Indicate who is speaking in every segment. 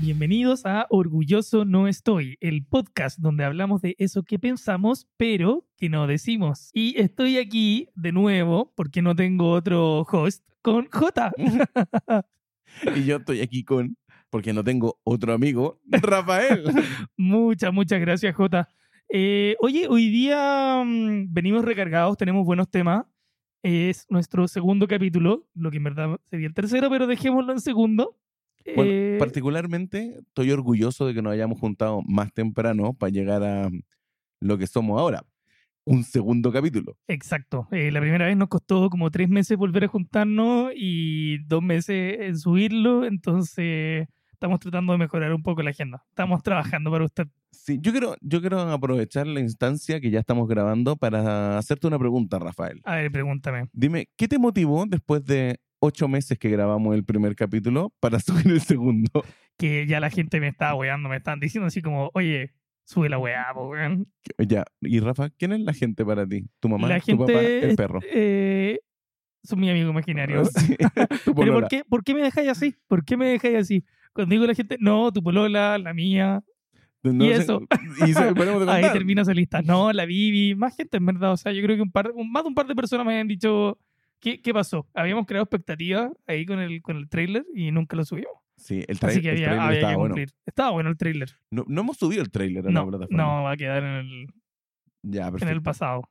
Speaker 1: Bienvenidos a Orgulloso No Estoy, el podcast donde hablamos de eso que pensamos, pero que no decimos. Y estoy aquí de nuevo, porque no tengo otro host, con J.
Speaker 2: Y yo estoy aquí con, porque no tengo otro amigo, Rafael.
Speaker 1: Muchas, muchas gracias, Jota. Eh, oye, hoy día mm, venimos recargados, tenemos buenos temas. Es nuestro segundo capítulo, lo que en verdad sería el tercero, pero dejémoslo en segundo. Eh,
Speaker 2: Bueno, particularmente estoy orgulloso de que nos hayamos juntado más temprano para llegar a lo que somos ahora. Un segundo capítulo.
Speaker 1: Exacto. Eh, la primera vez nos costó como tres meses volver a juntarnos y dos meses en subirlo, entonces estamos tratando de mejorar un poco la agenda. Estamos trabajando para usted.
Speaker 2: Sí, yo quiero, yo quiero aprovechar la instancia que ya estamos grabando para hacerte una pregunta, Rafael.
Speaker 1: A ver, pregúntame.
Speaker 2: Dime, ¿qué te motivó después de ocho meses que grabamos el primer capítulo para subir el segundo?
Speaker 1: Que ya la gente me estaba weando, me estaban diciendo así como, oye, sube la weá, po, weón.
Speaker 2: Ya, y Rafa, ¿quién es la gente para ti? ¿Tu mamá,
Speaker 1: La
Speaker 2: tu papá,
Speaker 1: gente
Speaker 2: el
Speaker 1: es-
Speaker 2: perro? Ah,
Speaker 1: Eh, son mi amigo imaginario.
Speaker 2: Sí,
Speaker 1: Pero
Speaker 2: tu
Speaker 1: ¿por
Speaker 2: polola.
Speaker 1: qué, por qué me dejáis así? ¿Por qué me dejáis así? Cuando digo la gente, no, tu polola, la mía,
Speaker 2: No
Speaker 1: Y
Speaker 2: sé-
Speaker 1: eso.
Speaker 2: y se- paremos de
Speaker 1: ahí
Speaker 2: contar.
Speaker 1: termina esa lista. No, la Bibi, más gente en verdad. O sea, yo creo que un par, un- más de un par de personas me han dicho, ¿qué, qué pasó? Habíamos creado expectativas ahí con el, con el trailer y nunca lo subimos.
Speaker 2: Sí, el, tra-
Speaker 1: Así que
Speaker 2: el
Speaker 1: había,
Speaker 2: trailer
Speaker 1: había
Speaker 2: estaba
Speaker 1: que
Speaker 2: bueno.
Speaker 1: cumplir. Estaba bueno el trailer.
Speaker 2: No, no hemos subido el trailer a
Speaker 1: No,
Speaker 2: la plataforma.
Speaker 1: no va a quedar en el,
Speaker 2: Ya,
Speaker 1: en
Speaker 2: perfecto.
Speaker 1: el pasado.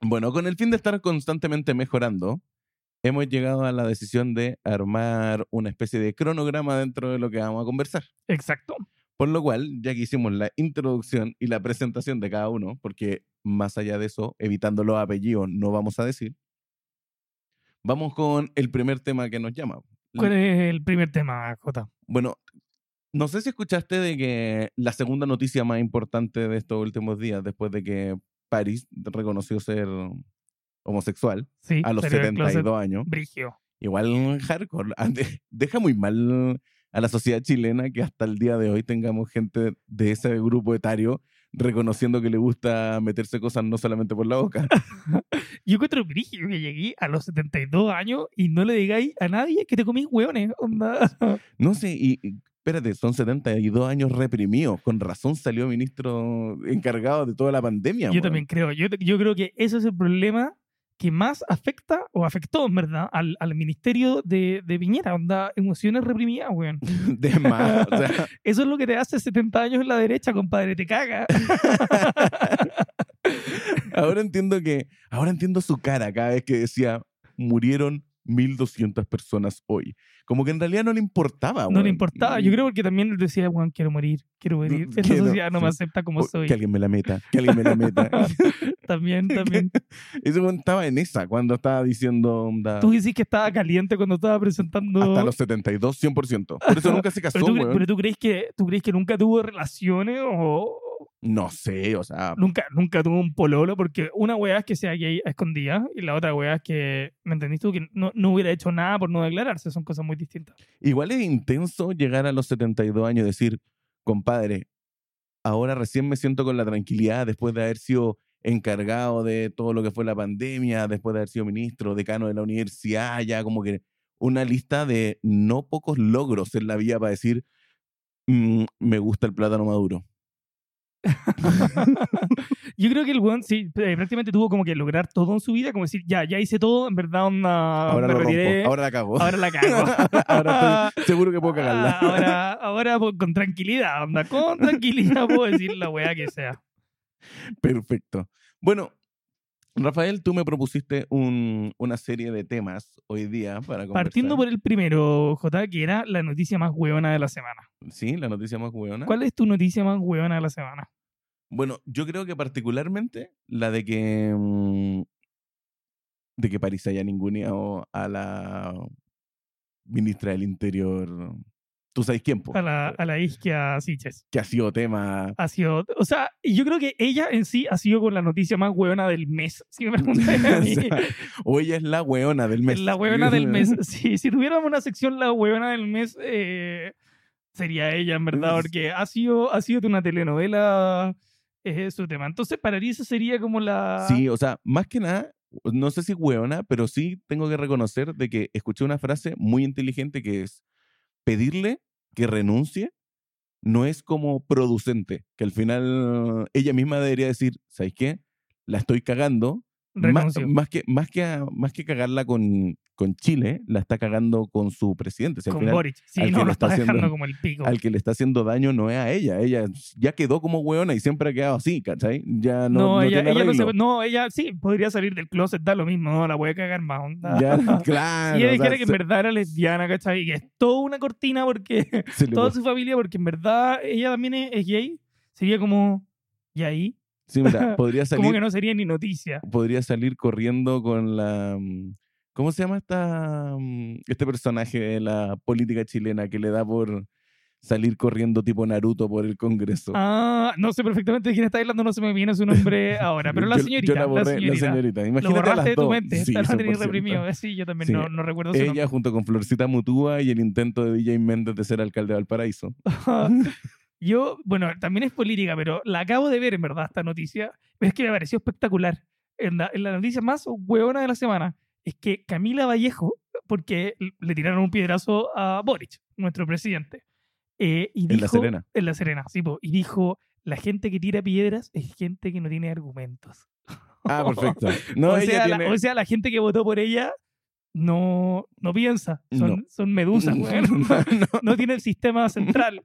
Speaker 2: Bueno, con el fin de estar constantemente mejorando, hemos llegado a la decisión de armar una especie de cronograma dentro de lo que vamos a conversar.
Speaker 1: Exacto.
Speaker 2: Por lo cual, ya que hicimos la introducción y la presentación de cada uno, porque más allá de eso, evitando los apellidos, no vamos a decir, vamos con el primer tema que nos llama.
Speaker 1: ¿Cuál es el primer tema, Jota?
Speaker 2: Bueno, no sé si escuchaste de que la segunda noticia más importante de estos últimos días, después de que París reconoció ser homosexual
Speaker 1: Sí,
Speaker 2: a los
Speaker 1: salió del closet.
Speaker 2: 72 años,
Speaker 1: Brigio.
Speaker 2: igual hardcore, ah, de- deja muy mal a la sociedad chilena que hasta el día de hoy tengamos gente de ese grupo etario reconociendo que le gusta meterse cosas no solamente por la boca.
Speaker 1: Yo encuentro brígido que llegué a los 72 años y no le digáis a nadie que te comí hueones. Onda.
Speaker 2: No sé, y y espérate, son 72 años reprimidos, con razón salió ministro encargado de toda la pandemia.
Speaker 1: Yo
Speaker 2: weón.
Speaker 1: también creo. Yo, yo creo que ese es el problema que más afecta o afectó, en verdad, al, al ministerio de, de Piñera. Onda, emociones reprimidas, weón.
Speaker 2: De más. o sea,
Speaker 1: Eso es lo que te hace 70 años en la derecha, compadre. Te caga.
Speaker 2: Ah, ahora entiendo que, ahora entiendo su cara cada vez que decía, murieron 1200 personas hoy. Como que en realidad no le importaba.
Speaker 1: No
Speaker 2: weón.
Speaker 1: le importaba. Yo creo que también él decía, weón, quiero morir, quiero morir. Esta
Speaker 2: Quiero,
Speaker 1: sociedad no me
Speaker 2: sí.
Speaker 1: acepta como
Speaker 2: Oh,
Speaker 1: soy.
Speaker 2: Que alguien me la meta, que alguien me la meta.
Speaker 1: También, también.
Speaker 2: Ese weón estaba en esa cuando estaba diciendo, onda,
Speaker 1: Tú dices que estaba caliente cuando estaba presentando...
Speaker 2: Ah. hasta los 72, 100%. Por eso nunca se casó,
Speaker 1: Pero tú, cre-
Speaker 2: weón.
Speaker 1: pero tú crees que tú crees que nunca tuvo relaciones o
Speaker 2: No sé, o sea,
Speaker 1: nunca, nunca tuvo un pololo, porque una weá es que sea gay a escondidas y la otra weá es que, ¿me entendiste tú? Que no, no hubiera hecho nada por no declararse, son cosas muy distintas.
Speaker 2: Igual es intenso llegar a los 72 años y decir, compadre, ahora recién me siento con la tranquilidad después de haber sido encargado de todo lo que fue la pandemia, después de haber sido ministro, decano de la universidad, ya como que una lista de no pocos logros en la vida para decir, "Mm, me gusta el plátano maduro.
Speaker 1: Yo creo que el weón sí, eh, prácticamente tuvo como que lograr todo en su vida, como decir, ya, ya hice todo, en verdad onda,
Speaker 2: Ahora
Speaker 1: Ah, me
Speaker 2: lo
Speaker 1: retiré,
Speaker 2: rompo, ahora la cago.
Speaker 1: ahora la cago.
Speaker 2: Ahora estoy seguro que puedo cagarla.
Speaker 1: Ah, ahora, ahora po- con tranquilidad, onda, con tranquilidad puedo decir la weá que sea.
Speaker 2: Perfecto. Bueno, Rafael, tú me propusiste un- una serie de temas hoy día para conversar.
Speaker 1: Partiendo por el primero, J, que era la noticia más hueona de la semana.
Speaker 2: Sí, la noticia más hueona.
Speaker 1: ¿Cuál es tu noticia más hueona de la semana?
Speaker 2: Bueno, yo creo que particularmente la de que mm, de que París haya ninguneado a la ministra del Interior. ¿Tú sabes quién? po?
Speaker 1: A la, a la isquia Siches.
Speaker 2: Que ha sido tema.
Speaker 1: Ha sido, o sea, yo creo que ella en sí ha sido con la noticia más hueona del mes, si me preguntáis a mí.
Speaker 2: O sea, o ella es la hueona del mes.
Speaker 1: La hueona del mes. Sí, si tuviéramos una sección la hueona del mes, eh, sería ella, en verdad, porque ha sido, ha sido de una telenovela es su tema. Entonces, para Arisa sería como la...
Speaker 2: Sí, o sea, más que nada, no sé si hueona, pero sí tengo que reconocer de que escuché una frase muy inteligente que es pedirle que renuncie no es como producente, que al final ella misma debería decir, ¿sabes qué? La estoy cagando. Más,
Speaker 1: Renuncio.
Speaker 2: más que, más, que, a- más que cagarla con, con Chile, la está cagando con su presidente. Si al
Speaker 1: con
Speaker 2: final,
Speaker 1: Boric.
Speaker 2: al
Speaker 1: Sí,
Speaker 2: que
Speaker 1: no,
Speaker 2: lo
Speaker 1: lo
Speaker 2: está
Speaker 1: está dejando
Speaker 2: haciendo-
Speaker 1: como el pico.
Speaker 2: al que le está haciendo daño no es a ella. Ella ya quedó como hueona y siempre ha quedado así, ¿cachai? Ya no,
Speaker 1: No,
Speaker 2: no
Speaker 1: ella,
Speaker 2: tiene
Speaker 1: ella no, se-
Speaker 2: arreglo.
Speaker 1: no, ella sí, podría salir del closet, da lo mismo, no, la voy a cagar más onda.
Speaker 2: Ya, claro.
Speaker 1: y ella
Speaker 2: o sea,
Speaker 1: dijera que en
Speaker 2: se-
Speaker 1: verdad era lesbiana, ¿cachai? Y que es toda una cortina porque
Speaker 2: se le
Speaker 1: toda
Speaker 2: fue.
Speaker 1: su familia, porque en verdad ella también es, es gay, sería como, y ahí,
Speaker 2: Sí, mira, podría
Speaker 1: como
Speaker 2: salir,
Speaker 1: que no sería ni noticia.
Speaker 2: podría salir corriendo con la... mm, ¿Cómo se llama esta, mm, este personaje de la política chilena que le da por salir corriendo tipo Naruto por el Congreso?
Speaker 1: Ah, no sé perfectamente de quién está hablando, no se me viene su nombre ahora, pero la
Speaker 2: Yo- yo
Speaker 1: señorita,
Speaker 2: la, borré,
Speaker 1: la señorita. Lo
Speaker 2: Imagínate a
Speaker 1: borraste
Speaker 2: las
Speaker 1: de tu
Speaker 2: dos.
Speaker 1: mente,
Speaker 2: Sí,
Speaker 1: la tenés
Speaker 2: 100%.
Speaker 1: reprimido. eh, Sí, yo también
Speaker 2: Sí.
Speaker 1: no, no recuerdo su nombre.
Speaker 2: Ella junto con Florcita Mutúa y el intento de DJ Méndez de ser alcalde de Valparaíso.
Speaker 1: Yo, bueno, también es política, pero la acabo de ver en verdad esta noticia. Es que me pareció espectacular. En la, en la noticia más hueona de la semana es que Camila Vallejo, porque le tiraron un piedrazo a Boric, nuestro presidente. eh, y
Speaker 2: En La
Speaker 1: dijo-
Speaker 2: Serena.
Speaker 1: En La Serena, sí, po, y dijo, la gente que tira piedras es gente que no tiene argumentos.
Speaker 2: Ah, perfecto. No,
Speaker 1: o,
Speaker 2: ella
Speaker 1: sea, la,
Speaker 2: tiene...
Speaker 1: o sea, la gente que votó por ella no, no piensa, son,
Speaker 2: No.
Speaker 1: son medusas, weón. no tiene el sistema central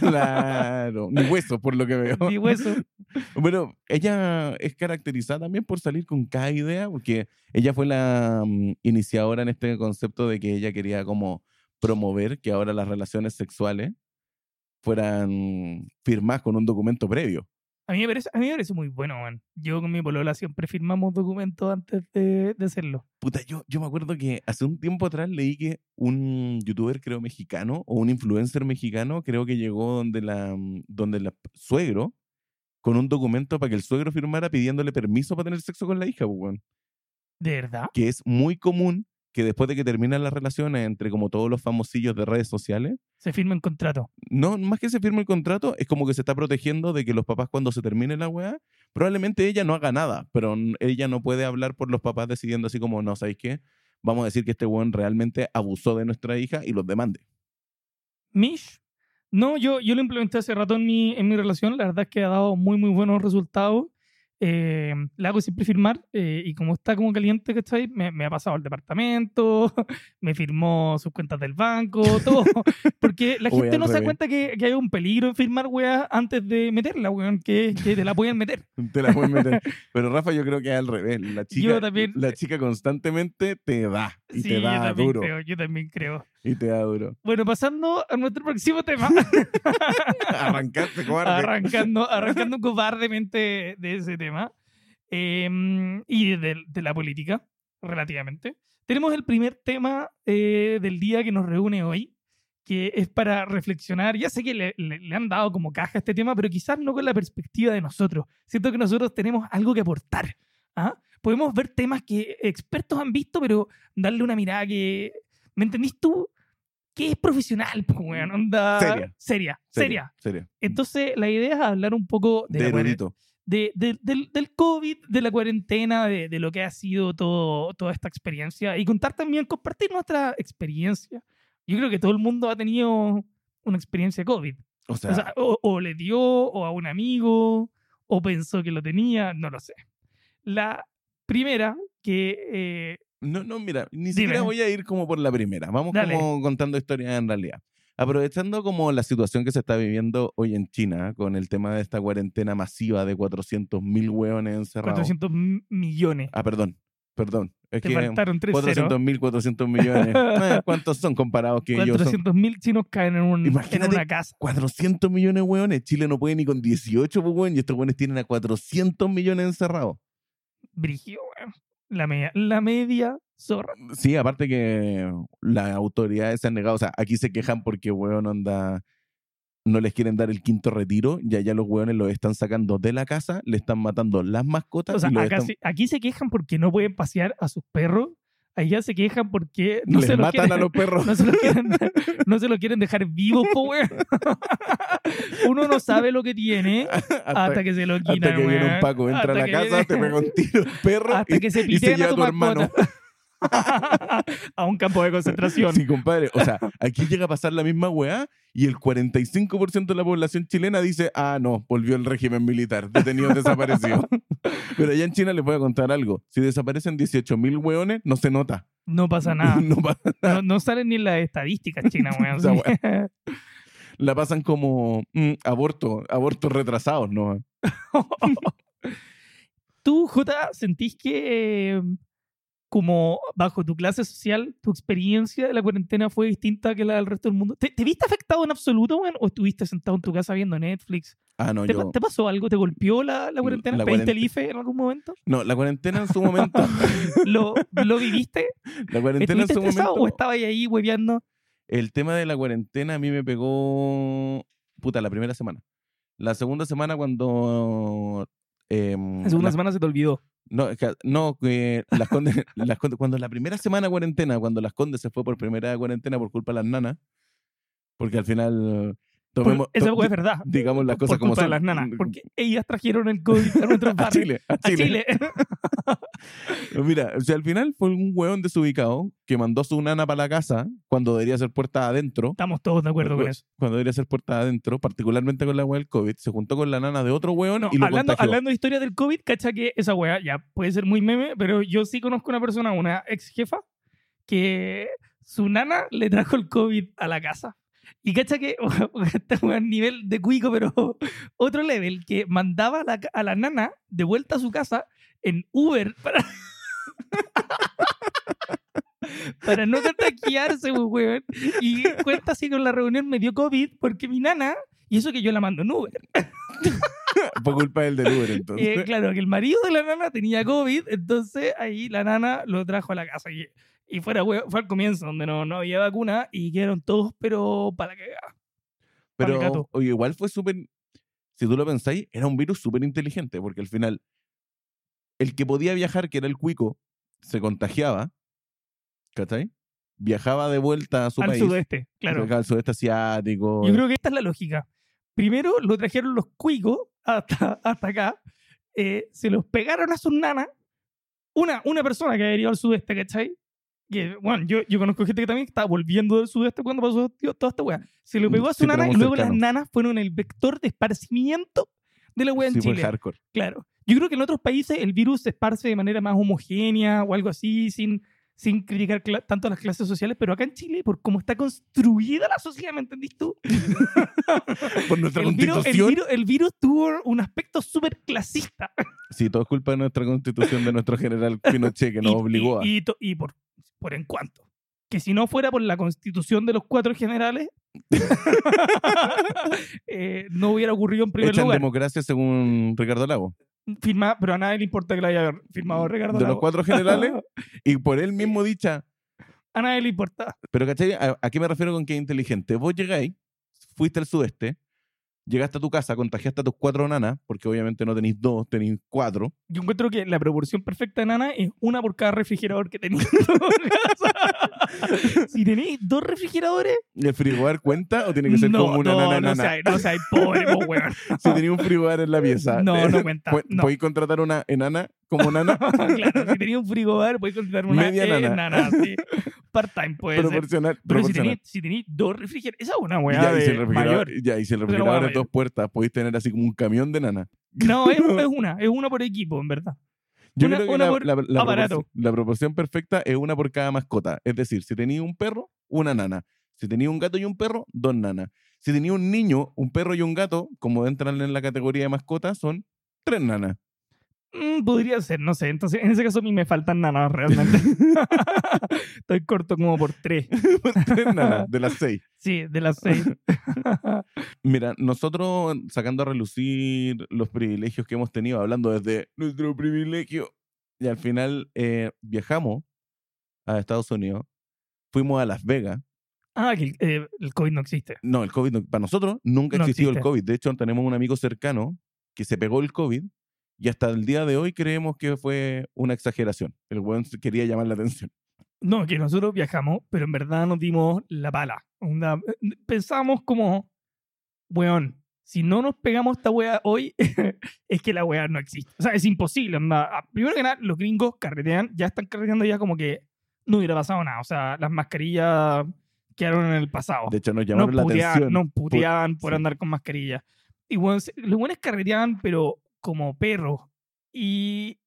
Speaker 2: Claro, ni hueso por lo que veo.
Speaker 1: ni hueso.
Speaker 2: Bueno, ella es caracterizada también por salir con cada idea, porque ella fue la mm, iniciadora en este concepto de que ella quería como promover que ahora las relaciones sexuales fueran firmadas con un documento previo.
Speaker 1: A mí me parece, a mí me parece muy bueno, man. Yo con mi polola siempre firmamos documentos antes de, de hacerlo.
Speaker 2: Puta, yo, yo me acuerdo que hace un tiempo atrás leí que un youtuber, creo, mexicano, o un influencer mexicano, creo que llegó donde la, mm, donde la p- suegro, con un documento para que el suegro firmara pidiéndole permiso para tener sexo con la hija, pues, weón.
Speaker 1: ¿De verdad?
Speaker 2: que es muy común que después de que terminan las relaciones entre como todos los famosillos de redes sociales,
Speaker 1: Se firma un contrato.
Speaker 2: no, más que se firme el contrato, es como que se está protegiendo de que los papás cuando se termine la weá, probablemente ella no haga nada, pero n- ella no puede hablar por los papás decidiendo así como, no, ¿sabéis qué? Vamos a decir que este weón realmente abusó de nuestra hija y los demande.
Speaker 1: Mish. No, yo, yo lo implementé hace rato en mi, en mi relación. La verdad es que ha dado muy, muy buenos resultados. Eh, la hago siempre firmar eh, y como está como caliente, ¿cachai? Me, me ha pasado al departamento, me firmó sus cuentas del banco, todo. Porque la
Speaker 2: Wea
Speaker 1: gente
Speaker 2: al
Speaker 1: no se da
Speaker 2: revés.
Speaker 1: cuenta que, que hay un peligro en firmar weas antes de meterla, weón, que, que te la pueden meter.
Speaker 2: Te la voy a meter. Pero Rafa, yo creo que es al revés. La chica,
Speaker 1: también-
Speaker 2: la chica constantemente te da. Y
Speaker 1: sí,
Speaker 2: te
Speaker 1: yo
Speaker 2: da
Speaker 1: también
Speaker 2: duro.
Speaker 1: creo, yo también creo.
Speaker 2: Y te da duro.
Speaker 1: Bueno, pasando a nuestro próximo tema,
Speaker 2: Arrancaste, cobarde.
Speaker 1: arrancando, arrancando cobardemente de ese tema eh, y de, de la política, relativamente. Tenemos el primer tema eh, del día que nos reúne hoy, que es para reflexionar. Ya sé que le, le- le han dado como caja a este tema, pero quizás no con la perspectiva de nosotros. Siento que nosotros tenemos algo que aportar. ¿ah? Podemos ver temas que expertos han visto, pero darle una mirada que... ¿Me entendís tú? Que es profesional, pues, weón, onda-
Speaker 2: Seria.
Speaker 1: Seria, seria.
Speaker 2: Serio.
Speaker 1: Entonces, la idea es hablar un poco de
Speaker 2: Mm. de
Speaker 1: la cuaren-
Speaker 2: erudito.
Speaker 1: de- de- del, del COVID, de la cuarentena, de, de lo que ha sido todo, toda esta experiencia y contar también, compartir nuestra experiencia. Yo creo que todo el mundo ha tenido una experiencia COVID.
Speaker 2: O sea,
Speaker 1: O, sea, o- o le dio, o a un amigo, o pensó que lo tenía, no lo sé. La primera que... eh,
Speaker 2: no, no, mira, ni siquiera voy a ir como por la primera. Vamos
Speaker 1: Dale.
Speaker 2: como contando historias en realidad. Aprovechando como la situación que se está viviendo hoy en China con el tema de esta cuarentena masiva de 400.000 hueones encerrados.
Speaker 1: 400 millones.
Speaker 2: Ah, perdón, perdón. Es
Speaker 1: Te
Speaker 2: que
Speaker 1: faltaron tres ceros.
Speaker 2: 400.000, 400 millones. Eh, ¿Cuántos son comparados que ellos son?
Speaker 1: 400 mil chinos caen en, un- en
Speaker 2: Imagínate
Speaker 1: una casa.
Speaker 2: 400 millones de hueones. Chile no puede ni con 18, pues, hueón, y estos hueones tienen a 400 millones encerrados.
Speaker 1: Brigio, weón. La media, la media zorra.
Speaker 2: Sí, aparte que las autoridades se han negado. O sea, aquí se quejan porque, weón, onda, no les quieren dar el quinto retiro y allá los weones los están sacando de la casa, le están matando las mascotas.
Speaker 1: O sea,
Speaker 2: y los
Speaker 1: acá
Speaker 2: están-
Speaker 1: se- aquí se quejan porque no pueden pasear a sus perros. Allá se quejan porque no
Speaker 2: les
Speaker 1: se los
Speaker 2: matan
Speaker 1: quieren,
Speaker 2: a los perros.
Speaker 1: no se los quieren, no se los quieren dejar vivos, po, weón. Uno no sabe lo que tiene hasta,
Speaker 2: hasta,
Speaker 1: que se lo
Speaker 2: hasta
Speaker 1: quitan,
Speaker 2: que viene
Speaker 1: weón.
Speaker 2: un paco, entra a
Speaker 1: Hasta
Speaker 2: la
Speaker 1: que
Speaker 2: casa,
Speaker 1: viene-
Speaker 2: te pega un tiro el perro
Speaker 1: hasta
Speaker 2: y,
Speaker 1: que se
Speaker 2: y se
Speaker 1: piteen a
Speaker 2: lleva
Speaker 1: tu,
Speaker 2: a tu hermano.
Speaker 1: mascota. a un campo de concentración.
Speaker 2: Sí, compadre. O sea, aquí llega a pasar la misma weá y el 45% de la población chilena dice, ah, no, volvió el régimen militar, detenido desaparecido. Pero allá en China les voy a contar algo. Si desaparecen 18.000 weones, no se nota.
Speaker 1: No pasa nada.
Speaker 2: No pa-
Speaker 1: No, no salen ni las estadísticas chinas, weón.
Speaker 2: Esa weá. la pasan como mm, aborto, abortos retrasados, ¿no?
Speaker 1: ¿Tú, Jota, sentís que eh, como bajo tu clase social, tu experiencia de la cuarentena fue distinta que la del resto del mundo? ¿Te, te viste afectado en absoluto, weón? ¿O estuviste sentado en tu casa viendo Netflix?
Speaker 2: Ah, no,
Speaker 1: ¿Te,
Speaker 2: yo...
Speaker 1: te pasó algo? ¿Te golpeó la, la cuarentena?
Speaker 2: La
Speaker 1: ¿Pediste el
Speaker 2: cuarentena.
Speaker 1: IFE en algún momento?
Speaker 2: No, la cuarentena en su momento...
Speaker 1: ¿Lo, lo viviste?
Speaker 2: la cuarentena en
Speaker 1: ¿Estuviste
Speaker 2: su
Speaker 1: estresado
Speaker 2: momento...
Speaker 1: o estabas ahí hueveando?
Speaker 2: El tema de la cuarentena a mí me pegó, puta, la primera semana. La segunda semana cuando... em,
Speaker 1: La segunda
Speaker 2: la-
Speaker 1: semana se te olvidó.
Speaker 2: No, es que- no que las condes, las Condes- cuando la primera semana de cuarentena, cuando las condes se fue por primera de cuarentena por culpa de las nanas, porque al final
Speaker 1: Por-
Speaker 2: tomemos,
Speaker 1: esa
Speaker 2: to-
Speaker 1: weá es verdad.
Speaker 2: digamos las
Speaker 1: por
Speaker 2: cosas como
Speaker 1: culpa de
Speaker 2: son. Mm.
Speaker 1: las nanas. Porque ellas trajeron el COVID a nuestros
Speaker 2: a
Speaker 1: barrios.
Speaker 2: Chile, a
Speaker 1: A
Speaker 2: Chile.
Speaker 1: Chile.
Speaker 2: Mira, o sea, al final fue un hueón desubicado que mandó a su nana para la casa cuando debería ser puerta adentro.
Speaker 1: Estamos todos de acuerdo con eso.
Speaker 2: Cuando debería ser puerta adentro, particularmente con la hueá del COVID, se juntó con la nana de otro hueón
Speaker 1: No,
Speaker 2: y lo
Speaker 1: hablando,
Speaker 2: contagió.
Speaker 1: hablando de historia del COVID, cacha que esa weá ya puede ser muy meme, pero yo sí conozco una persona, una ex jefa, que su nana le trajo el COVID a la casa. Y cacha que este es un nivel de cuico, pero otro level, que mandaba a la, ca- a la nana de vuelta a su casa en Uber para, para no contagiarse, pues, weón. Y cuenta así con la reunión me dio COVID porque mi nana, y eso que yo la mando en Uber.
Speaker 2: Fue culpa del del Uber, entonces.
Speaker 1: Eh, claro, que el marido de la nana tenía COVID, entonces ahí la nana lo trajo a la casa. Y, y fuera, hue- fue al comienzo, donde no, no había vacuna y quedaron todos, pero para que para el gato.
Speaker 2: Pero oye, igual fue súper. Si tú lo pensáis, era un virus súper inteligente, porque al final, el que podía viajar, que era el cuico, se contagiaba. ¿Cachai? Viajaba de vuelta a su
Speaker 1: al
Speaker 2: país.
Speaker 1: sudeste, claro.
Speaker 2: Al sudeste asiático.
Speaker 1: Yo creo que esta es la lógica. Primero lo trajeron los cuicos hasta, hasta acá, eh, se los pegaron a sus nanas, una, una persona que había ido al sudeste, ¿cachai? Que, bueno, yo, yo conozco gente que también estaba volviendo del sudeste cuando pasó tío, toda esta weá. Se lo pegó a su
Speaker 2: Mm, Sí,
Speaker 1: nana y
Speaker 2: tenemos
Speaker 1: luego las
Speaker 2: cercano.
Speaker 1: nanas fueron el vector de esparcimiento de la weá en
Speaker 2: sí, fue
Speaker 1: Chile.
Speaker 2: hardcore.
Speaker 1: Claro. Yo creo que en otros países el virus se esparce de manera más homogénea o algo así, sin, sin criticar cla- tanto a las clases sociales, pero acá en Chile, por cómo está construida la sociedad, ¿me entendís tú?
Speaker 2: Por nuestra
Speaker 1: El virus, el,
Speaker 2: constitución.
Speaker 1: virus, el virus tuvo un aspecto súper clasista.
Speaker 2: Sí, todo es culpa de nuestra constitución, de nuestro general Pinochet, que nos
Speaker 1: Y-
Speaker 2: obligó a.
Speaker 1: Y, y to- y por, por en cuanto. Que si no fuera por la constitución de los cuatro generales, eh, no hubiera ocurrido en primer
Speaker 2: Hecha en
Speaker 1: lugar.
Speaker 2: democracia según Ricardo Lago.
Speaker 1: Firma- pero a nadie le importa que la haya firmado Ricardo.
Speaker 2: de los
Speaker 1: Lago.
Speaker 2: cuatro generales, y por él mismo dicha,
Speaker 1: A nadie le importa.
Speaker 2: Pero, ¿cachai? ¿A, a qué me refiero con que es inteligente? Vos llegáis, fuiste al sudeste, llegaste a tu casa, contagiaste a tus cuatro nanas, porque obviamente no tenéis dos, tenéis cuatro.
Speaker 1: Yo encuentro que la proporción perfecta de nana es una por cada refrigerador que tenéis. si tenéis dos refrigeradores,
Speaker 2: ¿El frigobar cuenta o tiene que ser
Speaker 1: no,
Speaker 2: como una
Speaker 1: no, no,
Speaker 2: nana, nana?
Speaker 1: sea- no seas pobre, po, weón.
Speaker 2: Si tenéis un frigobar en la pieza.
Speaker 1: No, no cuenta,
Speaker 2: ¿po-
Speaker 1: no.
Speaker 2: ¿Podéis contratar una enana como nana?
Speaker 1: claro, si tenía un frigobar, podéis contratar una
Speaker 2: Media
Speaker 1: eh,
Speaker 2: nana.
Speaker 1: nana, sí. Part-time puede ser.
Speaker 2: proporcional.
Speaker 1: Pero si
Speaker 2: proporcional.
Speaker 1: tenéis si tenís dos refrigeradores, esa es una
Speaker 2: ya,
Speaker 1: weá
Speaker 2: y si el
Speaker 1: de mayor.
Speaker 2: refrigerador, ya, y si el
Speaker 1: Pero no
Speaker 2: refrigerador
Speaker 1: va a
Speaker 2: es dos puertas, podéis tener así como un camión de nana.
Speaker 1: No, es, es una, es una por equipo, en verdad.
Speaker 2: Yo
Speaker 1: Una-
Speaker 2: creo que
Speaker 1: una
Speaker 2: la,
Speaker 1: por ah,
Speaker 2: la- la
Speaker 1: aparato.
Speaker 2: proporción, la proporción perfecta es una por cada mascota. Es decir, si tenía un perro, una nana. Si tenía un gato y un perro, dos nanas. Si tenía un niño, un perro y un gato, como entran en la categoría de mascotas, son tres nanas.
Speaker 1: Mm, podría ser, no sé. Entonces, en ese caso a mí me faltan nanas realmente. Estoy corto como por tres.
Speaker 2: tres nanas de las seis.
Speaker 1: Sí, de las seis.
Speaker 2: Mira, nosotros sacando a relucir los privilegios que hemos tenido, hablando desde nuestro privilegio, y al final eh, viajamos a Estados Unidos, fuimos a Las Vegas,
Speaker 1: Ah, que eh, el COVID no existe.
Speaker 2: No, el COVID, no- para nosotros nunca ha
Speaker 1: No
Speaker 2: existido el
Speaker 1: existe.
Speaker 2: COVID. De hecho, tenemos un amigo cercano que se pegó el COVID y hasta el día de hoy creemos que fue una exageración. El weón se- quería llamar la atención.
Speaker 1: No, que nosotros viajamos, pero en verdad nos dimos la pala. Onda, pensamos como, weón, si no nos pegamos esta wea hoy, es que la Ah, wea no existe. O sea, es imposible. onda. Primero que nada, los gringos carretean, ya están carreteando ya como que no hubiera pasado nada. O sea, las mascarillas quedaron en el pasado.
Speaker 2: De hecho,
Speaker 1: Oh,
Speaker 2: nos
Speaker 1: no
Speaker 2: llamaron la
Speaker 1: puteaban,
Speaker 2: atención.
Speaker 1: no puteaban por
Speaker 2: sí.
Speaker 1: andar con mascarilla. Y bueno, se- los buenos carreteaban, pero como perros. Y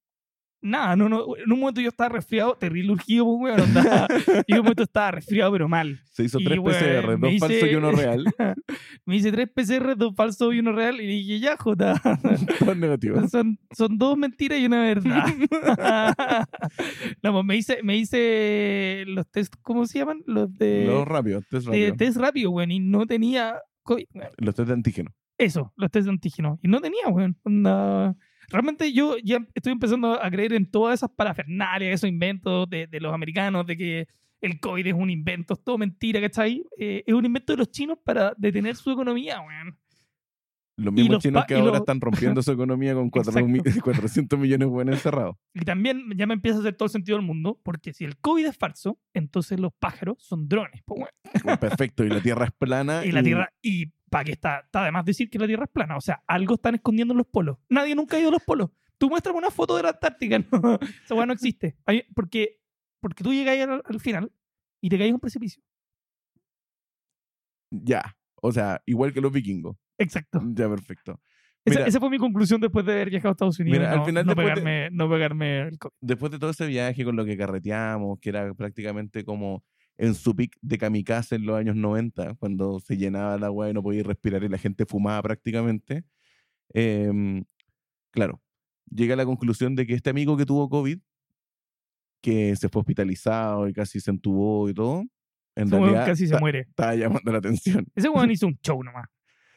Speaker 1: nada, no, no, en un momento yo estaba resfriado, terrible urgido, pues, weón, andaba- y en un momento estaba resfriado, pero mal.
Speaker 2: Se hizo
Speaker 1: Y,
Speaker 2: tres
Speaker 1: weón,
Speaker 2: PCR,
Speaker 1: me
Speaker 2: dos falsos
Speaker 1: hice-
Speaker 2: y uno real.
Speaker 1: Me hice tres PCR, dos falsos y uno real, y dije, ya, Jota,
Speaker 2: Todos negativos.
Speaker 1: son, son dos mentiras y una verdad. no, pues me hice, me hice los test, ¿cómo se llaman? Los de...
Speaker 2: Los rápidos, test
Speaker 1: de-
Speaker 2: rápido.
Speaker 1: test rápido, weón, y no tenía COVID, weón.
Speaker 2: Los test de antígeno.
Speaker 1: Eso, los test de antígeno. Y no tenía, weón. Onda, Realmente yo ya estoy empezando a creer en todas esas parafernalias, esos inventos de, de los americanos, de que el COVID es un invento, es todo mentira, ¿cachai? Eh, es un invento de los chinos para detener su economía, weón.
Speaker 2: Los
Speaker 1: Y
Speaker 2: mismos
Speaker 1: los
Speaker 2: chinos
Speaker 1: pa-
Speaker 2: que
Speaker 1: y
Speaker 2: ahora
Speaker 1: los-
Speaker 2: están rompiendo su economía con cuatro mi- 400 millones de buenos encerrados.
Speaker 1: Y también ya me empieza a hacer todo el sentido del mundo, porque si el COVID es falso, entonces los pájaros son drones, pues, weón.
Speaker 2: Bueno, Perfecto, Ah, y la Tierra es plana.
Speaker 1: Y la Tierra, y para qué está, está además decir que la Tierra es plana, o sea, algo están escondiendo en los polos. Nadie nunca ha ido a los polos. Tú muéstrame una foto de la Antártica, no, esa weá no existe. Hay- porque, porque tú llegas ahí al, al final y te caes en un precipicio.
Speaker 2: Ya, o sea, igual que los vikingos.
Speaker 1: Exacto.
Speaker 2: Ya, perfecto.
Speaker 1: Esa,
Speaker 2: Mira.
Speaker 1: esa fue mi conclusión después de haber viajado a Estados Unidos.
Speaker 2: Mira,
Speaker 1: y
Speaker 2: al
Speaker 1: no,
Speaker 2: final
Speaker 1: no
Speaker 2: después de-
Speaker 1: pegarme, no pegarme el COVID.
Speaker 2: Después de todo ese viaje con lo que carreteamos, que era prácticamente como en su pic de kamikaze en los años 90, cuando se llenaba el agua y no podía respirar y la gente fumaba prácticamente. em, claro, llega a la conclusión de que este amigo que tuvo COVID, que se fue hospitalizado y casi se entubó y todo, en
Speaker 1: Ese weón
Speaker 2: realidad
Speaker 1: casi se
Speaker 2: ta-
Speaker 1: muere.
Speaker 2: estaba llamando la atención.
Speaker 1: Ese weón hizo un show nomás.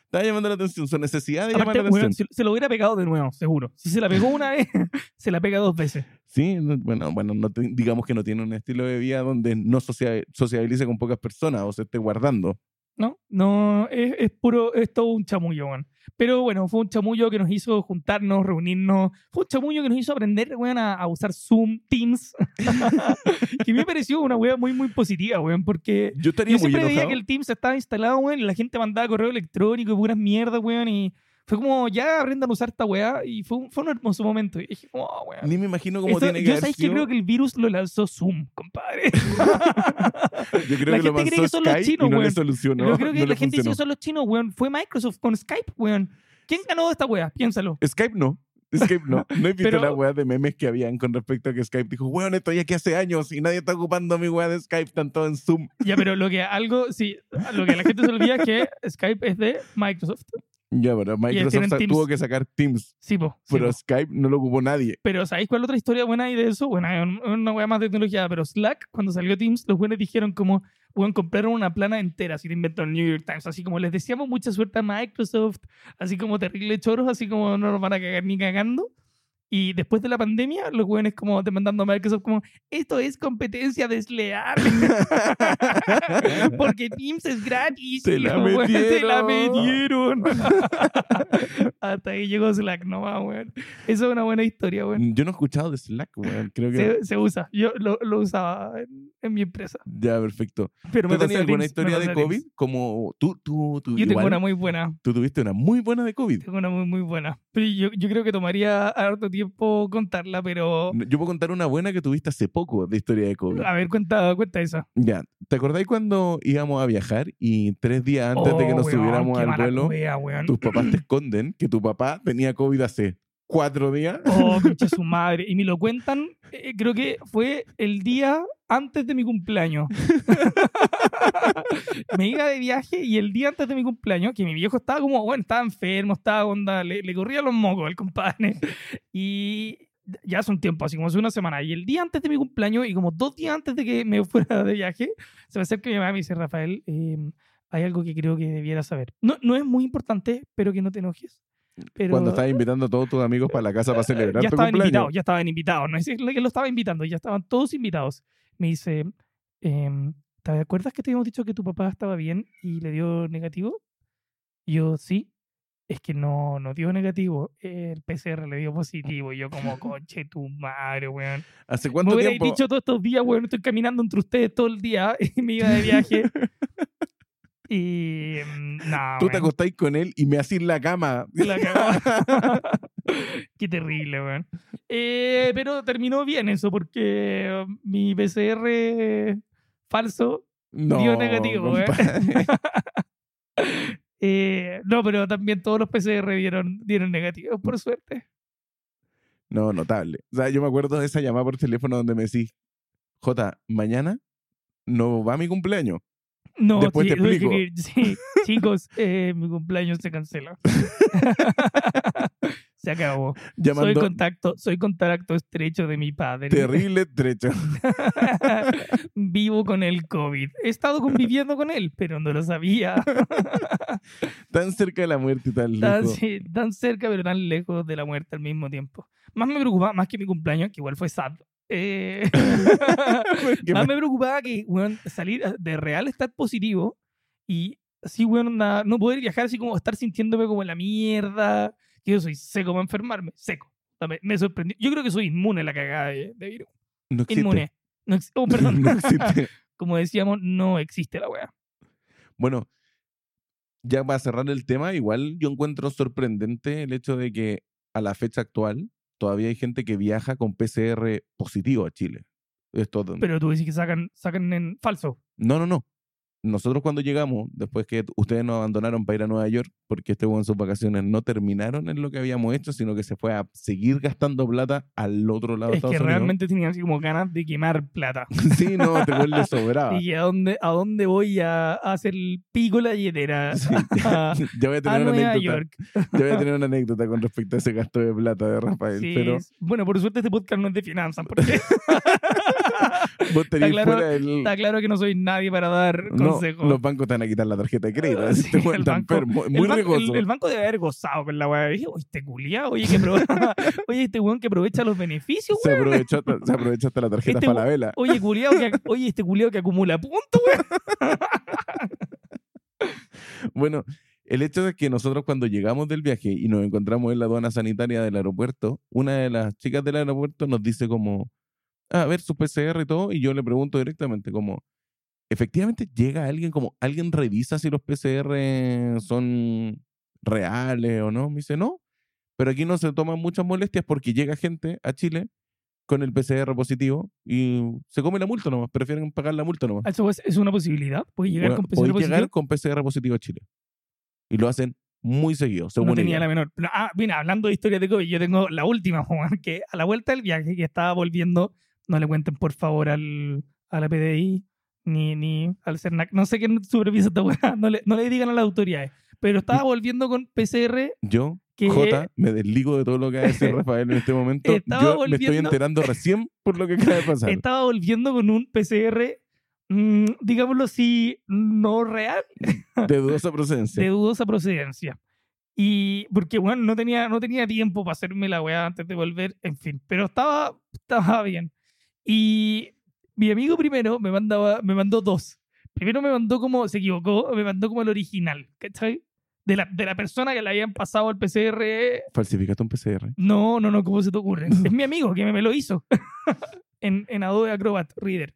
Speaker 2: Estaba llamando la atención, su necesidad de llamar
Speaker 1: Aparte,
Speaker 2: la atención.
Speaker 1: weón, se, se lo hubiera pegado de nuevo, seguro. Si se la pegó una vez, se la pega dos veces.
Speaker 2: Sí, no- bueno, bueno no te- digamos que no tiene un estilo de vida donde no socia- sociabilice con pocas personas o se esté guardando.
Speaker 1: No, no, es, es puro, es todo un chamullo, weón. Pero bueno, fue un chamullo que nos hizo juntarnos, reunirnos. Fue un chamullo que nos hizo aprender, weón, a, a usar Zoom, Teams. que a mí me pareció una weá muy, muy positiva, weón, porque
Speaker 2: Yo estaría
Speaker 1: yo
Speaker 2: muy
Speaker 1: siempre veía
Speaker 2: enojado.
Speaker 1: que el Teams estaba instalado, weón, y la gente mandaba correo electrónico y puras mierdas, weón, y fue como, ya aprendan a usar esta weá, y fue un, fue un hermoso momento. Y dije, como, oh, weón.
Speaker 2: Ni me imagino cómo
Speaker 1: Esto-
Speaker 2: tiene que
Speaker 1: yo
Speaker 2: haber
Speaker 1: sabéis que
Speaker 2: sido.
Speaker 1: creo que el virus lo lanzó Zoom, compadre.
Speaker 2: Yo creo
Speaker 1: la
Speaker 2: que lo
Speaker 1: gente cree que
Speaker 2: lanzó
Speaker 1: son los
Speaker 2: Sky
Speaker 1: chinos,
Speaker 2: y no le
Speaker 1: weón.
Speaker 2: solucionó.
Speaker 1: Yo creo que
Speaker 2: no le
Speaker 1: la gente dice
Speaker 2: funcionó.
Speaker 1: que son los chinos, weón. Fue Microsoft con Skype, weón. ¿Quién ganó esta weá? Piénsalo.
Speaker 2: Skype no. Skype no. No he visto
Speaker 1: Pero-
Speaker 2: la weá de memes que habían con respecto a que Skype dijo, weón, estoy aquí hace años y nadie está ocupando mi weá de Skype, tanto en Zoom.
Speaker 1: Ya, pero lo que algo, sí, lo que la gente se olvida es que Skype es de Microsoft.
Speaker 2: Ya, pero Microsoft
Speaker 1: tienen
Speaker 2: sa-
Speaker 1: Teams.
Speaker 2: tuvo que sacar Teams,
Speaker 1: Sí, po. sí,
Speaker 2: pero
Speaker 1: po.
Speaker 2: Skype no lo ocupó nadie.
Speaker 1: Pero ¿sabéis cuál otra historia buena hay de eso? Bueno, hay un- una weá más de tecnología, pero Slack, cuando salió Teams, los buenos dijeron como, weón, compraron una plana entera, así lo inventó el New York Times. Así como les decíamos mucha suerte a Microsoft, así como terrible choros, así como no nos van a cagar ni cagando. Y después de la pandemia, los weones como demandando a Microsoft como, esto es competencia desleal. Porque Teams es gratis.
Speaker 2: Se
Speaker 1: Y
Speaker 2: la
Speaker 1: los weones se la
Speaker 2: metieron.
Speaker 1: metieron. Hasta ahí llegó Slack nomás, weón. Eso es una buena historia, weón.
Speaker 2: Yo no he escuchado de Slack, weón. Creo que.
Speaker 1: Se, se usa. Yo lo, lo usaba en, en mi empresa.
Speaker 2: Ya, perfecto.
Speaker 1: Pero me
Speaker 2: ¿Tú tenías
Speaker 1: pasé a
Speaker 2: alguna
Speaker 1: Teams,
Speaker 2: historia
Speaker 1: me
Speaker 2: de
Speaker 1: pasé a
Speaker 2: COVID?
Speaker 1: Teams.
Speaker 2: Como tú, tú, tú,
Speaker 1: Yo tengo
Speaker 2: igual,
Speaker 1: una muy buena.
Speaker 2: tú tuviste una muy buena de COVID.
Speaker 1: Tengo una muy, muy buena. Pero yo, yo creo que tomaría harto tiempo contarla, pero.
Speaker 2: Yo puedo contar una buena que tuviste hace poco de historia de COVID.
Speaker 1: A ver, cuenta, cuenta esa.
Speaker 2: Ya, ¿te acordáis cuando íbamos a viajar y tres días antes de que
Speaker 1: Oh,
Speaker 2: nos
Speaker 1: weón,
Speaker 2: subiéramos
Speaker 1: qué
Speaker 2: al
Speaker 1: mala
Speaker 2: vuelo,
Speaker 1: wea, weón.
Speaker 2: tus papás te esconden que tu papá tenía COVID hace cuatro días?
Speaker 1: Oh, concha su madre. Y me lo cuentan, eh, creo que fue el día antes de mi cumpleaños. me iba de viaje y el día antes de mi cumpleaños, que mi viejo estaba como, bueno, estaba enfermo, estaba onda, le, le corría los mocos al compadre. Y ya hace un tiempo, así como hace una semana. Y el día antes de mi cumpleaños y como dos días antes de que me fuera de viaje, se me acerca mi mamá y me dice, Rafael, eh, hay algo que creo que debieras saber. No, no es muy importante, pero que no te enojes. Pero...
Speaker 2: Cuando estabas invitando a todos tus amigos para la casa para celebrar
Speaker 1: Ya
Speaker 2: tu
Speaker 1: estaban
Speaker 2: cumpleaños.
Speaker 1: invitados, ya estaban invitados. No es decirle que lo estaba invitando, ya estaban todos invitados. Me dice, em, ¿te acuerdas que te habíamos dicho que tu papá estaba bien y le dio negativo? Y yo, sí. Es que no, no dio negativo. El PCR le dio positivo. Y yo como, conche tu madre, weón.
Speaker 2: ¿Hace
Speaker 1: Me
Speaker 2: cuánto
Speaker 1: hubierais
Speaker 2: tiempo?
Speaker 1: dicho todos estos días, weón, estoy caminando entre ustedes todo el día y me iba de viaje. y... em, nada,
Speaker 2: Tú te
Speaker 1: weón.
Speaker 2: acostáis con él y me hacís la cama.
Speaker 1: La cagó. Qué terrible, weón. Eh, pero terminó bien eso, porque um, mi PCR falso
Speaker 2: No,
Speaker 1: Dio negativo, ¿eh?
Speaker 2: compadre.
Speaker 1: Eh, no, pero también todos los PCR dieron, dieron negativos, por suerte.
Speaker 2: No, notable. O sea, yo me acuerdo de esa llamada por teléfono donde me decís, Jota, mañana no va mi cumpleaños.
Speaker 1: No,
Speaker 2: Después te
Speaker 1: sí, tuve que
Speaker 2: explico.
Speaker 1: ir- sí, chicos, eh, mi cumpleaños se cancela. se acabó. Soy
Speaker 2: Llamando
Speaker 1: contacto, soy contacto estrecho de mi padre.
Speaker 2: terrible trecho.
Speaker 1: Vivo con el COVID. He estado conviviendo con él, pero no lo sabía.
Speaker 2: Tan cerca de la muerte y tan
Speaker 1: Tan,
Speaker 2: lejos.
Speaker 1: sí, tan cerca, pero tan lejos de la muerte al mismo tiempo. Más me preocupaba, más que mi cumpleaños, que igual fue sad. Eh,
Speaker 2: Que
Speaker 1: Más
Speaker 2: me-
Speaker 1: me preocupaba que, weón, salir a- de real estar positivo y así, weón, onda, no poder viajar, así como estar sintiéndome como la mierda, que yo soy seco para enfermarme, seco. O sea, Me, me sorprendió. Yo creo que soy inmune a la cagada de, de virus.
Speaker 2: No existe.
Speaker 1: Inmune. No ex- oh, perdón.
Speaker 2: No existe.
Speaker 1: como decíamos, no existe la weá.
Speaker 2: Bueno, ya para cerrar el tema, igual yo encuentro sorprendente el hecho de que a la fecha actual todavía hay gente que viaja con PCR positivo a Chile. Esto,
Speaker 1: Pero tú decís que sacan, sacan en falso.
Speaker 2: No, no, no. Nosotros cuando llegamos, después que ustedes nos abandonaron para ir a Nueva York, porque este en sus vacaciones no terminaron en lo que habíamos hecho, sino que se fue a seguir gastando plata al otro lado de
Speaker 1: Es que
Speaker 2: Estados Unidos.
Speaker 1: realmente tenían así como ganas de quemar plata.
Speaker 2: Sí, no, te vuelve sobraba.
Speaker 1: Y a dónde, a dónde voy a, a hacer el pico la billetera.
Speaker 2: Sí.
Speaker 1: A,
Speaker 2: Ya voy a
Speaker 1: a
Speaker 2: tener una
Speaker 1: Nueva
Speaker 2: anécdota.
Speaker 1: York.
Speaker 2: Ya voy a tener una anécdota con respecto a ese gasto de plata de Rafael.
Speaker 1: Sí,
Speaker 2: pero
Speaker 1: es- Bueno, por suerte este podcast no es de finanzas, porque
Speaker 2: vos tenés
Speaker 1: claro,
Speaker 2: fuera el.
Speaker 1: está claro que no soy nadie para dar
Speaker 2: No,
Speaker 1: consejos.
Speaker 2: los bancos te van a quitar la tarjeta de crédito.
Speaker 1: Sí,
Speaker 2: este weón
Speaker 1: el
Speaker 2: está
Speaker 1: banco-
Speaker 2: enfermo, es
Speaker 1: el,
Speaker 2: Muy
Speaker 1: banco, el-
Speaker 2: riesgoso.
Speaker 1: el banco debe haber gozado con la weá. Dije, "Oye, este culiao, oye, que aprovecha- oye, este weón que aprovecha los beneficios,
Speaker 2: se,
Speaker 1: weón.
Speaker 2: aprovechó hasta, se aprovechó hasta la tarjeta
Speaker 1: Este
Speaker 2: para la vela.
Speaker 1: Oye, culiao que, ac- oye, este culiao que acumula puntos, weón.
Speaker 2: Bueno, el hecho es que nosotros cuando llegamos del viaje y nos encontramos en la aduana sanitaria del aeropuerto, una de las chicas del aeropuerto nos dice como, "Ah, a ver su PCR y todo, y yo le pregunto directamente como, efectivamente llega alguien como, alguien revisa si los PCR son reales o no. Me dice, no, pero aquí no se toman muchas molestias porque llega gente a Chile con el PCR positivo y se come la multa nomás, prefieren pagar la multa nomás.
Speaker 1: Eso es, es una posibilidad. Puede llegar
Speaker 2: Bueno,
Speaker 1: con PCR
Speaker 2: podéis llegar
Speaker 1: positivo.
Speaker 2: con PCR positivo a Chile. Y lo hacen muy seguido, según
Speaker 1: No tenía
Speaker 2: ella.
Speaker 1: la menor. Pero, ah, mira, hablando de historias de COVID, yo tengo la última, weón, que a la vuelta del viaje que estaba volviendo, no le cuenten por favor al, a la PDI ni, ni al CERNAC. No sé quién supervisa esta weá, no le, no le digan a las autoridades. Pero estaba volviendo con PCR
Speaker 2: Yo,
Speaker 1: que
Speaker 2: J, me desligo de todo lo que ha decir Rafael en este momento.
Speaker 1: Estaba
Speaker 2: Yo me estoy
Speaker 1: volviendo-
Speaker 2: enterando recién por lo que acaba de pasar.
Speaker 1: estaba volviendo con un PCR, mm, digámoslo así, no real,
Speaker 2: De dudosa procedencia.
Speaker 1: de dudosa procedencia. Y porque, bueno, no tenía, no tenía tiempo para hacerme la weá antes de volver, en fin, pero estaba, estaba bien. Y mi amigo primero me, mandaba, me mandó dos. Primero me mandó como, se equivocó, me mandó como el original, ¿cachai? De la, de la persona que le habían pasado el PCR.
Speaker 2: Falsificaste un PCR.
Speaker 1: No, no, no, ¿cómo se te ocurre? es mi amigo que me, me lo hizo en, en Adobe Acrobat Reader.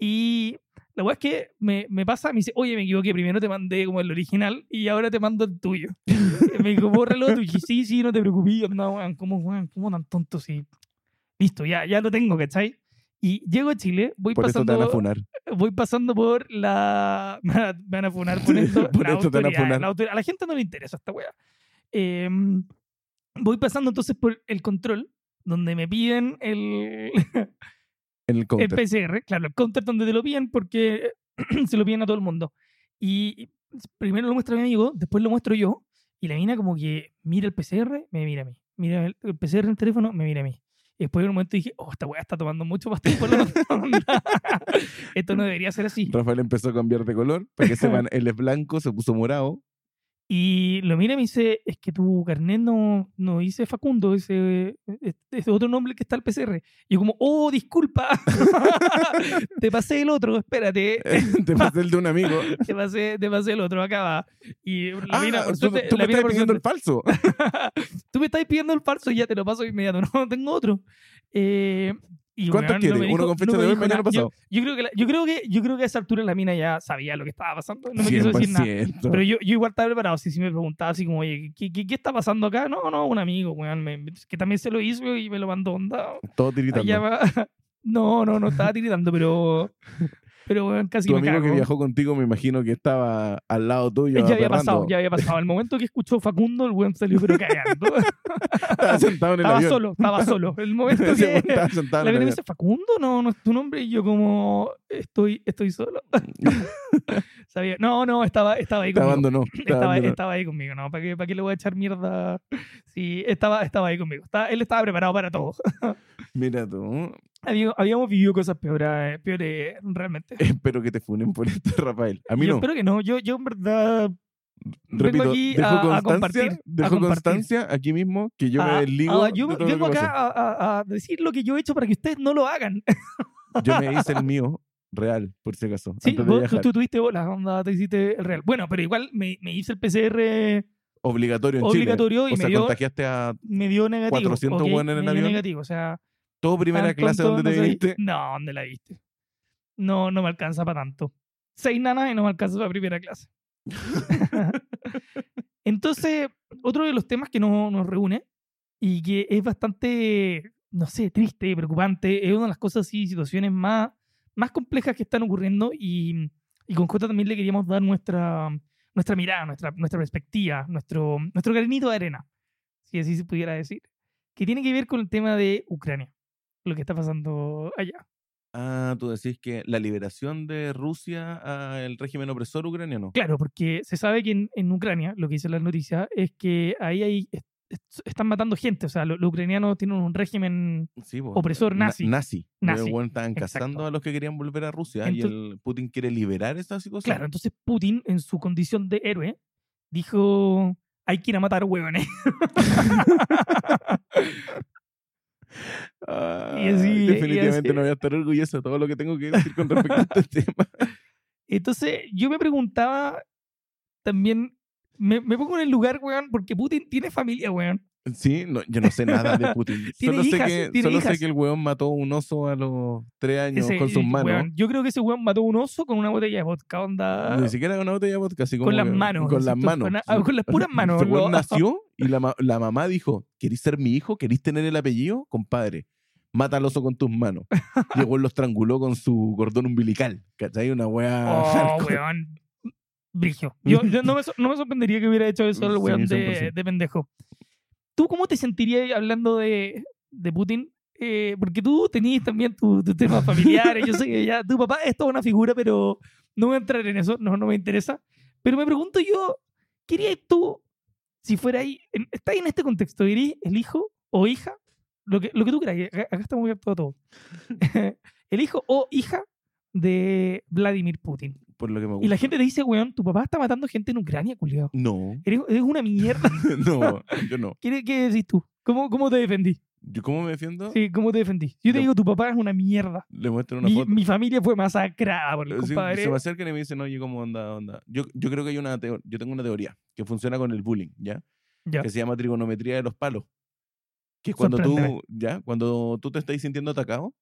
Speaker 1: Y la weá es que me, me pasa, me dice, oye, me equivoqué, primero te mandé como el original y ahora te mando el tuyo. me dijo, bórralo, tú dije, sí, sí, no te preocupes, Yo, no, weón, ¿cómo, weón, cómo tan tonto si... Listo, ya, ya lo tengo, ¿cachai? Y llego a Chile, voy
Speaker 2: Por esto te van a
Speaker 1: pasando,
Speaker 2: funar.
Speaker 1: voy pasando por la... Me van a- me van a funar por esto.
Speaker 2: Por
Speaker 1: la
Speaker 2: esto te van a
Speaker 1: autoridad,
Speaker 2: funar.
Speaker 1: la autoridad. a la gente no le interesa esta weá. Em, voy pasando entonces por el control, donde me piden el,
Speaker 2: En el
Speaker 1: el
Speaker 2: counter.
Speaker 1: PCR, claro, el counter donde te lo piden porque se lo piden a todo el mundo. Y primero lo muestra mi amigo, después lo muestro yo, y la mina como que mira el PCR, me mira a mí. Mira el, el PCR en el teléfono, me mira a mí. Y después en un momento dije, oh, esta weá está tomando mucho pastel por la onda. Esto no debería ser así.
Speaker 2: Rafael empezó a cambiar de color para que sepan, él es blanco, se puso morado.
Speaker 1: Y lo mira y me dice, es que tu carnet no, no dice Facundo, ese es, es otro nombre que está el PCR. Y yo como, oh, disculpa, te pasé el otro, espérate,
Speaker 2: te pasé el de un amigo.
Speaker 1: te pasé, te pasé el otro, acá va. Y la
Speaker 2: Ah,
Speaker 1: mina, por
Speaker 2: tú,
Speaker 1: suerte,
Speaker 2: tú me
Speaker 1: la mina,
Speaker 2: estás
Speaker 1: por
Speaker 2: pidiendo
Speaker 1: suerte,
Speaker 2: el falso.
Speaker 1: tú me estás pidiendo el falso y ya te lo paso de inmediato, no, tengo otro. Eh, Y,
Speaker 2: ¿Cuántos
Speaker 1: weón, no
Speaker 2: quiere?
Speaker 1: me dijo-
Speaker 2: ¿Uno con fecha
Speaker 1: no me
Speaker 2: de hoy,
Speaker 1: dijo
Speaker 2: mañana
Speaker 1: nada.
Speaker 2: pasado?
Speaker 1: Yo, yo creo que la- yo, creo que, yo creo que a esa altura la mina ya sabía lo que estaba pasando. No me quiso
Speaker 2: pues
Speaker 1: decir nada.
Speaker 2: 100%.
Speaker 1: Pero yo, yo igual estaba preparado. Si, si me preguntaba así como, oye, ¿qué, qué, qué está pasando acá? No, no, un amigo, weón, me- que también se lo hizo y me lo mandó onda.
Speaker 2: Todo tiritando.
Speaker 1: Allá va- No, no, no estaba tiritando, pero. Pero, weón, casi
Speaker 2: tu
Speaker 1: me
Speaker 2: amigo que
Speaker 1: cago.
Speaker 2: viajó contigo, me imagino que estaba al lado tuyo.
Speaker 1: Ya había
Speaker 2: aperrando.
Speaker 1: pasado, ya había pasado. Al momento que escuchó Facundo, el weón salió pero cagando.
Speaker 2: Estaba sentado en el
Speaker 1: estaba
Speaker 2: avión.
Speaker 1: solo, estaba solo. El momento
Speaker 2: Ese güey
Speaker 1: que.
Speaker 2: estaba sentado
Speaker 1: La
Speaker 2: en
Speaker 1: gente
Speaker 2: el
Speaker 1: me
Speaker 2: avión.
Speaker 1: dice, Facundo, no, no es tu nombre. Y yo como, estoy, estoy solo.
Speaker 2: Mm.
Speaker 1: Sabía. No, no, estaba, estaba ahí
Speaker 2: Te
Speaker 1: conmigo.
Speaker 2: abandonó. te
Speaker 1: Estaba,
Speaker 2: abandonó.
Speaker 1: estaba ahí conmigo, ¿no? ¿Para qué, ¿Para qué le voy a echar mierda? Sí, estaba, estaba ahí conmigo. Estaba- él estaba preparado para todo.
Speaker 2: Mira tú.
Speaker 1: Había- habíamos vivido cosas peores, eh, peores realmente.
Speaker 2: Espero que te funen por esto, Rafael. Eh, A mí
Speaker 1: yo
Speaker 2: no.
Speaker 1: espero que no. Yo, yo en verdad vengo
Speaker 2: Repito,
Speaker 1: aquí
Speaker 2: dejo
Speaker 1: a- a
Speaker 2: constancia,
Speaker 1: compartir, a
Speaker 2: dejo
Speaker 1: compartir.
Speaker 2: constancia aquí mismo que yo
Speaker 1: Ah,
Speaker 2: me desligo.
Speaker 1: ah, yo
Speaker 2: de todo lo
Speaker 1: vengo
Speaker 2: que
Speaker 1: acá a, a- a decir lo que yo he hecho para que ustedes no lo hagan.
Speaker 2: pasó. Yo me hice el mío real, por si acaso.
Speaker 1: Sí,
Speaker 2: antes de
Speaker 1: vos- tú,
Speaker 2: viajar.
Speaker 1: tú tuviste bolas, onda, te hiciste el real. Bueno, pero igual me, me hice el PCR,
Speaker 2: Obligatorio en
Speaker 1: Obligatorio
Speaker 2: Chile.
Speaker 1: y
Speaker 2: o
Speaker 1: me
Speaker 2: sea,
Speaker 1: dio-
Speaker 2: contagiaste a
Speaker 1: me dio negativo.
Speaker 2: 400
Speaker 1: ¿ok?
Speaker 2: hueones en
Speaker 1: Me
Speaker 2: el
Speaker 1: dio
Speaker 2: avión.
Speaker 1: negativo, o sea.
Speaker 2: todo primera
Speaker 1: tan
Speaker 2: clase
Speaker 1: tonto,
Speaker 2: donde
Speaker 1: no
Speaker 2: te
Speaker 1: soy.
Speaker 2: viste.
Speaker 1: No, ¿dónde la viste? No, no me alcanza para tanto. Seis nanas y no me alcanza para primera clase. Entonces, otro de los temas que no- nos reúne y que es bastante, no sé, triste, preocupante, es una de las cosas y situaciones más, más complejas que están ocurriendo y, y con Jota también le queríamos dar nuestra, nuestra mirada, nuestra, nuestra perspectiva, nuestro, nuestro granito de arena, si así se pudiera decir, que tiene que ver con el tema de Ucrania, lo que está pasando allá.
Speaker 2: Ah, tú decís que la liberación de Rusia al régimen opresor ucraniano.
Speaker 1: Claro, porque se sabe que en, en Ucrania, lo que dicen las noticias, es que ahí hay, est- est- están matando gente, o sea, lo- los ucranianos tienen un régimen
Speaker 2: Sí, po.
Speaker 1: Opresor
Speaker 2: Na-
Speaker 1: nazi.
Speaker 2: nazi.
Speaker 1: Nazi,
Speaker 2: Los buenos estaban
Speaker 1: exacto.
Speaker 2: cazando a los que querían volver a Rusia
Speaker 1: Entu-
Speaker 2: y el Putin quiere liberar esta situación.
Speaker 1: Claro, entonces Putin, en su condición de héroe, dijo: hay que ir a matar huevones.
Speaker 2: Ah,
Speaker 1: Y así- y
Speaker 2: definitivamente
Speaker 1: así-
Speaker 2: no voy a estar orgulloso de todo lo que tengo que decir con respecto a este tema.
Speaker 1: Entonces, yo me preguntaba también, me, me pongo en el lugar, weón, porque Putin tiene familia, weón.
Speaker 2: Sí, no, yo no sé nada de Putin.
Speaker 1: Tiene
Speaker 2: solo
Speaker 1: hijas,
Speaker 2: sé, que,
Speaker 1: tiene
Speaker 2: solo sé
Speaker 1: hijas.
Speaker 2: que el weón mató un oso a los tres años
Speaker 1: Ese,
Speaker 2: con sus
Speaker 1: eh,
Speaker 2: manos.
Speaker 1: weón, yo creo que ese weón mató un oso con una botella de vodka, onda.
Speaker 2: Ni siquiera con una botella de vodka, así como
Speaker 1: Con las
Speaker 2: que-
Speaker 1: manos.
Speaker 2: Con las
Speaker 1: ¿cierto?
Speaker 2: manos.
Speaker 1: Con, la- ah, con las puras manos.
Speaker 2: Este weón
Speaker 1: lo-
Speaker 2: nació y la, ma- la mamá dijo, ¿querís ser mi hijo? ¿Querís tener el apellido? Compadre, mata al oso con tus manos. Llegó lo estranguló con su cordón umbilical. ¿Cachai? Una weá
Speaker 1: Oh,
Speaker 2: hardcore.
Speaker 1: weón. Brigio. Yo, yo no, me, so- no me sorprendería que hubiera hecho eso el
Speaker 2: Mm, Sí,
Speaker 1: weón de,
Speaker 2: 100%.
Speaker 1: de pendejo. ¿Tú cómo te sentirías hablando de, de Putin? Eh, porque tú tenías también tu- tus temas familiares. yo sé que ya tu papá es toda una figura, pero no voy a entrar en eso. No, no me interesa. Pero me pregunto yo, ¿qué harías tú si fuera ahí? en- ¿Estás en este contexto? ¿Dirías el hijo o hija? Lo que, lo que tú creas. Acá, acá estamos abiertos a todo. el hijo o hija de Vladimir Putin.
Speaker 2: Por lo que me gusta.
Speaker 1: Y la gente te dice, weón, tu papá está matando gente en Ucrania, culiao.
Speaker 2: No,
Speaker 1: Eres, eres una mierda.
Speaker 2: no, yo no.
Speaker 1: ¿Qué, qué decís tú? ¿Cómo, ¿Cómo te defendí?
Speaker 2: ¿Yo ¿Cómo me defiendo?
Speaker 1: Sí, ¿cómo te defendí? Yo te
Speaker 2: Yo-
Speaker 1: digo, tu papá es una mierda.
Speaker 2: Le muestro una
Speaker 1: Mi,
Speaker 2: foto.
Speaker 1: mi familia fue masacrada por el
Speaker 2: Sí,
Speaker 1: compadre.
Speaker 2: se me acercan y me dicen, oye, ¿cómo onda, onda? Yo, yo creo que hay una teo- yo tengo una teoría que funciona con el bullying, ¿ya?
Speaker 1: Ya.
Speaker 2: Que se llama trigonometría de los palos. Que es cuando
Speaker 1: Sorpréndeme.
Speaker 2: tú, ¿ya? Cuando tú te estás sintiendo atacado,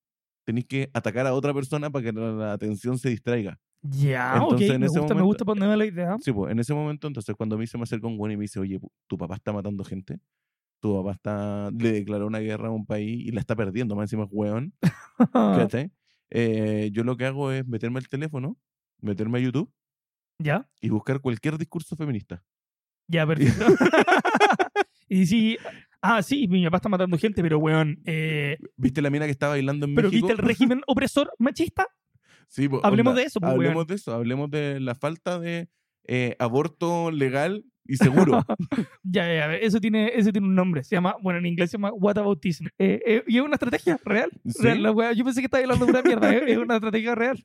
Speaker 2: tenés que atacar a otra persona para que la, la atención se distraiga.
Speaker 1: Ya,
Speaker 2: Entonces,
Speaker 1: ok.
Speaker 2: en
Speaker 1: me,
Speaker 2: ese
Speaker 1: gusta, me
Speaker 2: momento-
Speaker 1: gusta ponerme la idea.
Speaker 2: Sí, pues en ese momento, entonces cuando a mí se me acerca un güey y me dice, oye, pu- tu papá está matando gente, tu papá está, le declaró una guerra a un país y la está perdiendo, más encima es weón,
Speaker 1: Ah.
Speaker 2: ¿cachai? Eh, yo lo que hago es meterme al teléfono, meterme a YouTube
Speaker 1: ya,
Speaker 2: y buscar cualquier discurso feminista.
Speaker 1: ya, perfecto. y sí, ah, sí, mi papá está matando gente, pero weón, eh,
Speaker 2: ¿Viste la mina que estaba bailando en
Speaker 1: pero
Speaker 2: México?
Speaker 1: ¿viste el régimen opresor machista?
Speaker 2: Sí, po,
Speaker 1: Hablemos
Speaker 2: onda,
Speaker 1: de eso, po,
Speaker 2: Hablemos
Speaker 1: weón.
Speaker 2: de eso, hablemos de la falta de eh, aborto legal y seguro.
Speaker 1: Ya, ya, ya, eso tiene, eso tiene un nombre. Se llama, bueno, en inglés se llama whataboutism. Eh, eh, y es una estrategia real.
Speaker 2: ¿Sí?
Speaker 1: real la wea. Yo pensé que estaba hablando pura mierda. eh, es una estrategia real.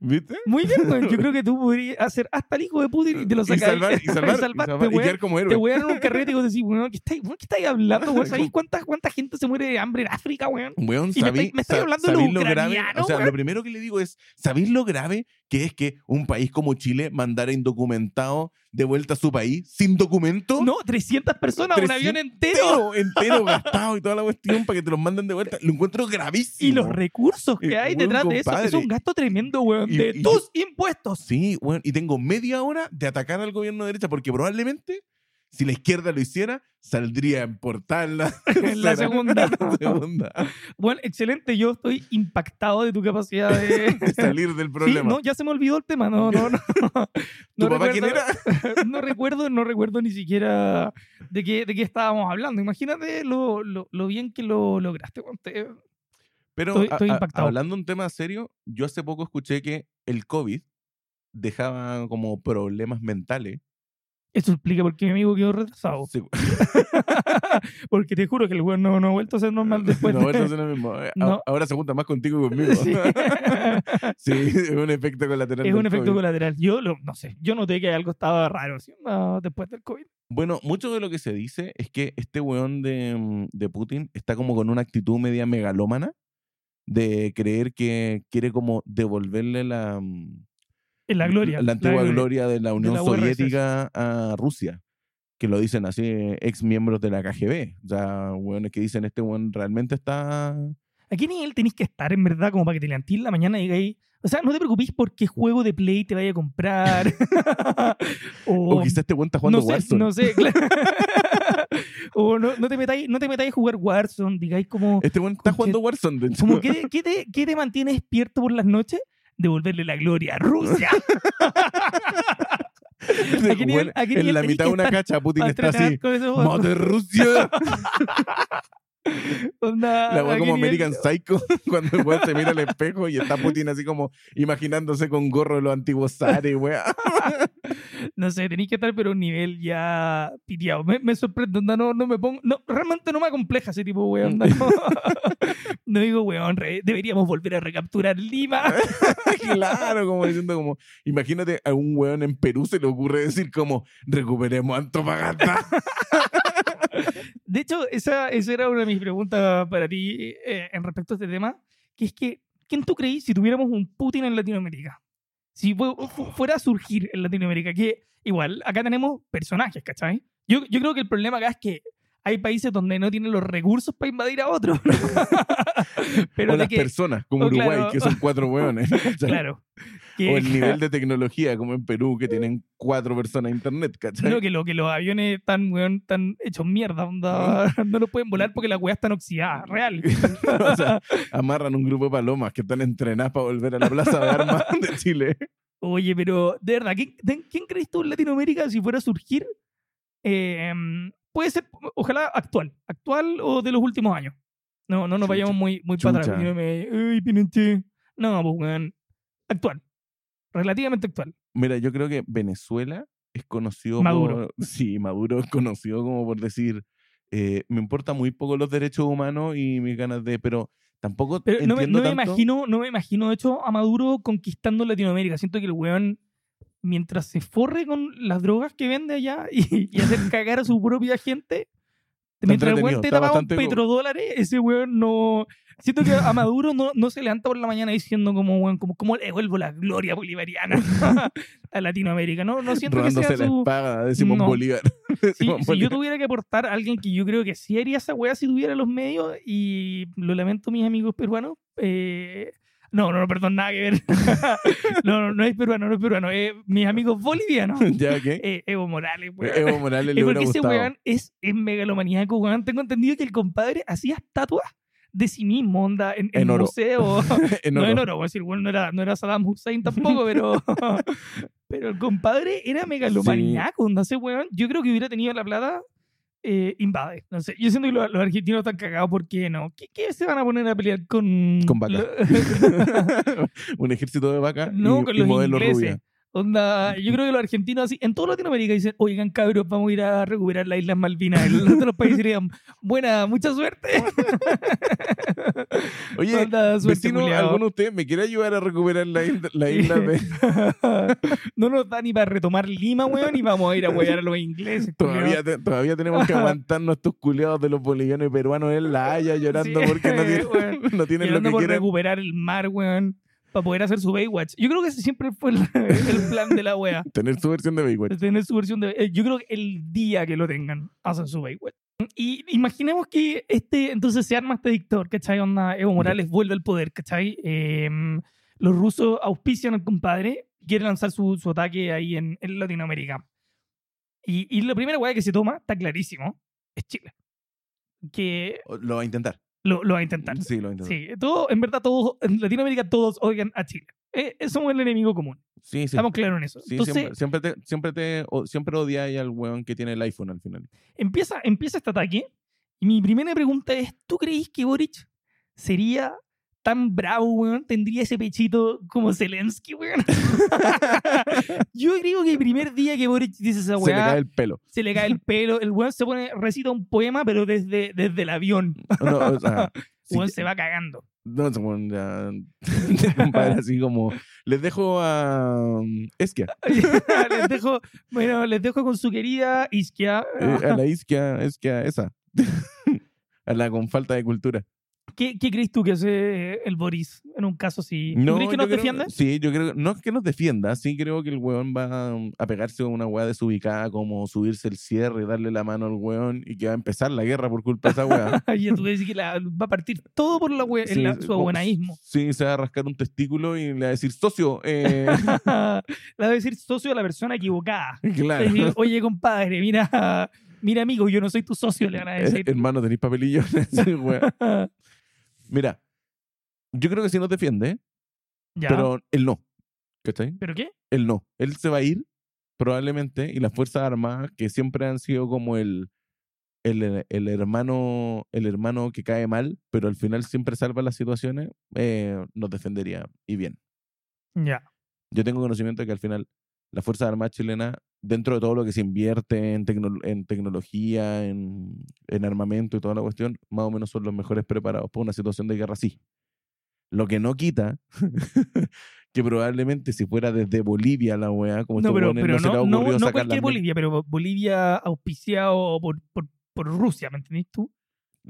Speaker 2: ¿Viste?
Speaker 1: Muy bien, weón. Yo creo que tú podrías hacer hasta el hijo de Putin y te lo
Speaker 2: y
Speaker 1: sacas.
Speaker 2: salvar, y salvar, y
Speaker 1: salvarte,
Speaker 2: salvar, y
Speaker 1: weón.
Speaker 2: quedar como héroe.
Speaker 1: Te wean en un carrete y vos decís, weón, ¿qué estáis, weón, qué estáis hablando? Weón? ¿Sabéis cuánta, cuánta gente se muere de hambre en África, weón?
Speaker 2: Weón,
Speaker 1: Y me
Speaker 2: sabí-
Speaker 1: estáis- me estáis
Speaker 2: sa-
Speaker 1: hablando de lo
Speaker 2: sabís lo grave. O
Speaker 1: ucraniano,
Speaker 2: sea, lo
Speaker 1: weón.
Speaker 2: primero que le digo es: ¿sabéis lo grave que es que un país como Chile mandara indocumentados de vuelta a su país sin documento.
Speaker 1: No, 300 personas, un
Speaker 2: 300
Speaker 1: avión entero.
Speaker 2: Entero, entero, gastado y toda la cuestión para que te los manden de vuelta. Lo encuentro gravísimo.
Speaker 1: Y los recursos que
Speaker 2: Eh,
Speaker 1: hay
Speaker 2: weón,
Speaker 1: detrás de eso.
Speaker 2: compadre.
Speaker 1: Es un gasto tremendo, weón.
Speaker 2: Y-
Speaker 1: De
Speaker 2: y-
Speaker 1: tus impuestos.
Speaker 2: Oh, Sí, bueno, y tengo media hora de atacar al gobierno de derecha, porque probablemente si la izquierda lo hiciera, saldría en portarla.
Speaker 1: En la segunda.
Speaker 2: segunda.
Speaker 1: Bueno, excelente. Yo estoy impactado de tu capacidad de.
Speaker 2: De salir del
Speaker 1: Sí,
Speaker 2: problema.
Speaker 1: no, ya se me olvidó el tema. No, no, no.
Speaker 2: ¿Tu
Speaker 1: No
Speaker 2: papá
Speaker 1: recuerdo-
Speaker 2: quién era?
Speaker 1: no recuerdo, no recuerdo ni siquiera de qué, de qué estábamos hablando. Imagínate lo, lo, lo bien que lo lograste. weón. Te-
Speaker 2: Pero
Speaker 1: Estoy-
Speaker 2: a-
Speaker 1: estoy
Speaker 2: a-
Speaker 1: impactado.
Speaker 2: hablando un tema serio, yo hace poco escuché que el COVID dejaba como problemas mentales.
Speaker 1: Eso explica por qué mi amigo quedó retrasado.
Speaker 2: Sí.
Speaker 1: Porque te juro que el weón no, no ha vuelto a ser normal después.
Speaker 2: No,
Speaker 1: de-
Speaker 2: eso es lo mismo. A-
Speaker 1: No.
Speaker 2: Ahora se junta más contigo que conmigo.
Speaker 1: Sí.
Speaker 2: Sí, es un efecto colateral.
Speaker 1: es un
Speaker 2: del
Speaker 1: efecto
Speaker 2: COVID.
Speaker 1: colateral. Yo lo- no sé, yo noté que algo estaba raro así, ah, después del COVID.
Speaker 2: Bueno, mucho de lo que se dice es que este weón de, mm, de Putin está como con una actitud media megalómana de creer que quiere como devolverle la, mm,
Speaker 1: En la gloria.
Speaker 2: la antigua
Speaker 1: gloria.
Speaker 2: gloria de la Unión
Speaker 1: la URSS.
Speaker 2: Soviética a Rusia, que lo dicen así eh, ex miembros de la KGB. O sea, weones que dicen este weón realmente está...
Speaker 1: ¿A qué nivel tenés que estar en verdad como para que te levantes en la mañana y digáis, o sea, no te preocupes por qué juego de Play te vaya a comprar?
Speaker 2: O quizás este weón está jugando
Speaker 1: Oh, no sé,
Speaker 2: Warzone.
Speaker 1: No sé, claro. o no, no te metáis, no te metáis a jugar Warzone, digáis como,
Speaker 2: Este weón está
Speaker 1: Como que-
Speaker 2: jugando Warzone. de hecho.
Speaker 1: como ¿qué, qué te, ¿qué te mantiene despierto por las noches? Devolverle la gloria a Rusia.
Speaker 2: Este
Speaker 1: ¿a qué nivel-
Speaker 2: weón
Speaker 1: a qué
Speaker 2: en
Speaker 1: nivel
Speaker 2: la
Speaker 1: tenés
Speaker 2: mitad
Speaker 1: que
Speaker 2: de una
Speaker 1: estar
Speaker 2: cacha, Putin
Speaker 1: a
Speaker 2: está
Speaker 1: entrenar
Speaker 2: así.
Speaker 1: con eso,
Speaker 2: ¡Mate Rusia!
Speaker 1: onda,
Speaker 2: La
Speaker 1: ¿a
Speaker 2: weá
Speaker 1: qué
Speaker 2: como
Speaker 1: nivel?
Speaker 2: American Psycho, cuando el weón se mira al espejo y está Putin así como imaginándose con gorro de los antiguos zares, weá.
Speaker 1: No sé, tenéis que estar pero a un nivel ya piteado. Me, me sorprende, onda, no, no me pongo... No, realmente no me acompleja ese tipo, weón. onda, no. No digo, weón, re- deberíamos volver a recapturar Lima.
Speaker 2: Claro, como diciendo como, imagínate a un weón en Perú se le ocurre decir como, recuperemos a Antofagasta.
Speaker 1: De hecho, esa, esa era una de mis preguntas para ti eh, en respecto a este tema, que es que, ¿quién tú creí si tuviéramos un Putin en Latinoamérica? Si fu-
Speaker 2: Oh.
Speaker 1: fu- fuera a surgir en Latinoamérica, que igual, acá tenemos personajes, ¿cachai? Yo, yo creo que el problema acá es que hay países donde no tienen los recursos para invadir a otros. Pero
Speaker 2: o
Speaker 1: de
Speaker 2: las
Speaker 1: que-
Speaker 2: personas, como
Speaker 1: o
Speaker 2: Uruguay,
Speaker 1: claro.
Speaker 2: que son cuatro weones. ¿cachai?
Speaker 1: claro. que-
Speaker 2: O el nivel de tecnología, como en Perú, que tienen cuatro personas a internet, ¿cachai?
Speaker 1: Creo que, lo, que los aviones están, weón, están hechos mierda, onda, no los pueden volar porque las weas están oxidadas, real.
Speaker 2: O sea, amarran un grupo de palomas que están entrenadas para volver a la plaza de armas de Chile.
Speaker 1: Oye, pero de verdad, ¿quién, de- quién crees tú en Latinoamérica si fuera a surgir? Eh, em, puede ser, ojalá actual, actual o de los últimos años. No, no nos
Speaker 2: Chucha,
Speaker 1: vayamos muy, muy para atrás.
Speaker 2: chucha.
Speaker 1: porque no me- Ay, Pinochet. No, pues, weón. Actual. Relativamente actual.
Speaker 2: Mira, yo creo que Venezuela es conocido
Speaker 1: Maduro.
Speaker 2: por... Sí, Maduro es conocido como por decir, eh, me importa muy poco los derechos humanos y mis ganas de... Pero tampoco
Speaker 1: Pero no me,
Speaker 2: entiendo
Speaker 1: no me
Speaker 2: tanto-
Speaker 1: imagino, no me imagino, de hecho, a Maduro conquistando Latinoamérica. Siento que el weón, mientras se forre con las drogas que vende allá y, y hacer cagar a su propia gente, mientras el
Speaker 2: entretenido,
Speaker 1: weón te
Speaker 2: está
Speaker 1: tapa con
Speaker 2: bastante co-
Speaker 1: petrodólares, ese weón no. Siento que a Maduro no, no se levanta por la mañana diciendo como, weón, como, ¿cómo le devuelvo la gloria bolivariana a Latinoamérica? No, no siento que
Speaker 2: robándose
Speaker 1: sea
Speaker 2: la
Speaker 1: su.
Speaker 2: espada de Simón
Speaker 1: No.
Speaker 2: Bolívar. De
Speaker 1: Sí,
Speaker 2: Simón
Speaker 1: si yo
Speaker 2: Bolívar.
Speaker 1: tuviera que aportar a alguien que yo creo que sí haría esa weá si tuviera los medios, y lo lamento, mis amigos peruanos. eh, no, no, no, perdón, nada que ver. no, no, no es peruano, no es peruano. eh, mis amigos bolivianos.
Speaker 2: ¿Ya qué?
Speaker 1: Eh, Evo Morales, weón.
Speaker 2: Evo Morales le
Speaker 1: es
Speaker 2: hubiera
Speaker 1: porque ese
Speaker 2: gustado.
Speaker 1: weón es, es megalomaníaco, weón. Tengo entendido que el compadre hacía estatuas de sí mismo, onda, en, en
Speaker 2: En oro.
Speaker 1: museo.
Speaker 2: En
Speaker 1: No,
Speaker 2: oro.
Speaker 1: en oro, voy a decir, bueno, no era, no era Saddam Hussein tampoco, pero, pero el compadre era megalomaniaco, no sé, weón. Yo creo que hubiera tenido la plata, eh, invade. No sé, yo siento que lo- los, argentinos están cagados porque no. ¿Qué, qué se van a poner a pelear con.
Speaker 2: Con vacas.
Speaker 1: lo-
Speaker 2: un ejército de vacas
Speaker 1: no,
Speaker 2: y,
Speaker 1: con
Speaker 2: y
Speaker 1: los
Speaker 2: modelo
Speaker 1: ingleses.
Speaker 2: rubia.
Speaker 1: Onda, yo creo que los argentinos así, en toda Latinoamérica dicen, oigan cabros, vamos a ir a recuperar las Islas Malvinas. El resto de los países dirían, buena, mucha suerte.
Speaker 2: Oye,
Speaker 1: Onda, suerte,
Speaker 2: vecino,
Speaker 1: culiao.
Speaker 2: ¿alguno de ustedes me quiere ayudar a recuperar la isla, la
Speaker 1: Sí.
Speaker 2: isla de...
Speaker 1: no nos da ni para retomar Lima, weón, y vamos a ir a huear a los ingleses.
Speaker 2: Todavía, te- todavía tenemos que aguantarnos estos culeados de los bolivianos y peruanos en La Haya llorando
Speaker 1: Sí,
Speaker 2: porque no tienen,
Speaker 1: weón.
Speaker 2: no tienen lo
Speaker 1: Llorando
Speaker 2: que
Speaker 1: por
Speaker 2: quieren.
Speaker 1: recuperar el mar, weón. para poder hacer su Baywatch. Yo creo que ese siempre fue el, el plan de la wea.
Speaker 2: Tener su versión de Baywatch.
Speaker 1: de tener su versión de. eh, Yo creo que el día que lo tengan, hacen su Baywatch. Y imaginemos que este, entonces se arma este dictador, ¿cachai? Onda, Evo Morales vuelve al poder, ¿cachai? Em, los rusos auspician al compadre, quiere lanzar su, su ataque ahí en, en Latinoamérica. Y, y la primera weá que se toma, está clarísimo, es Chile. Que
Speaker 2: O- Lo va a intentar.
Speaker 1: lo, lo va a intentar.
Speaker 2: Sí, lo va a intentar.
Speaker 1: Sí, todo, en verdad, todos, en Latinoamérica todos odian a Chile. Eh, eh, somos el enemigo común.
Speaker 2: Sí, sí.
Speaker 1: Estamos claros en eso.
Speaker 2: Sí,
Speaker 1: Entonces,
Speaker 2: siempre, siempre te, siempre te, o- siempre odiáis al weón que tiene el iPhone al final.
Speaker 1: empieza, empieza este ataque. Y mi primera pregunta es: ¿tú creís que Boric sería tan bravo, weón? ¿Tendría ese pechito como Zelensky, weón? Yo creo que el primer día que Boric dice esa
Speaker 2: Se le cae
Speaker 1: weá,
Speaker 2: el pelo.
Speaker 1: se le cae el pelo. El weón se pone, recita un poema, pero desde, desde el avión.
Speaker 2: No, o sea, sí,
Speaker 1: weón se va cagando.
Speaker 2: No, ese weón ya- ese compadre así como. Les dejo a. um, Esquia.
Speaker 1: les, dejo, bueno, les dejo con su querida Isquia.
Speaker 2: eh, a la Isquia, Esquia, esa. a la con falta de cultura.
Speaker 1: ¿Qué, qué crees tú que hace el Boris en un caso así? ¿Tú crees que
Speaker 2: yo
Speaker 1: nos
Speaker 2: creo-
Speaker 1: defiende?
Speaker 2: Sí, yo creo. No es que nos defienda, sí creo que el weón va um, a pegarse una weá desubicada, como subirse el cierre, darle la mano al weón y que va a empezar la guerra por culpa de esa weá.
Speaker 1: Y tú decís que la- va a partir todo por la, hue-
Speaker 2: Sí,
Speaker 1: la-
Speaker 2: sí, oh.
Speaker 1: su
Speaker 2: como-
Speaker 1: abuenaísmo.
Speaker 2: Sí, se va a rascar un testículo y le va a decir, socio, eh,
Speaker 1: la va a decir socio a la persona equivocada.
Speaker 2: claro.
Speaker 1: Es decir, oye, compadre, mira, mira, amigo, yo no soy tu socio, le van a
Speaker 2: Eh,
Speaker 1: decir.
Speaker 2: hermano, tenéis papelillos. Sí, weá. Mira, yo creo que sí nos defiende,
Speaker 1: ya. Pero,
Speaker 2: pero él no. ¿Cachai?
Speaker 1: qué?
Speaker 2: Él no. Él se va a ir, probablemente, y las Fuerzas Armadas, que siempre han sido como el, el, el hermano, el hermano que cae mal, pero al final siempre salva las situaciones, eh, nos defendería. Y bien.
Speaker 1: Ya.
Speaker 2: Yo tengo conocimiento de que al final las Fuerzas Armadas chilenas, dentro de todo lo que se invierte en, tecno- en tecnología, en, en armamento y toda la cuestión, más o menos son los mejores preparados para una situación de guerra así. Lo que no quita que probablemente si fuera desde Bolivia la weá, como
Speaker 1: No,
Speaker 2: estos
Speaker 1: pero,
Speaker 2: weones
Speaker 1: pero
Speaker 2: se les
Speaker 1: no,
Speaker 2: ha
Speaker 1: no,
Speaker 2: ocurrido
Speaker 1: no
Speaker 2: sacar
Speaker 1: cualquier
Speaker 2: las mil-
Speaker 1: Bolivia, pero Bolivia auspiciado por, por, por Rusia, ¿me entendés tú?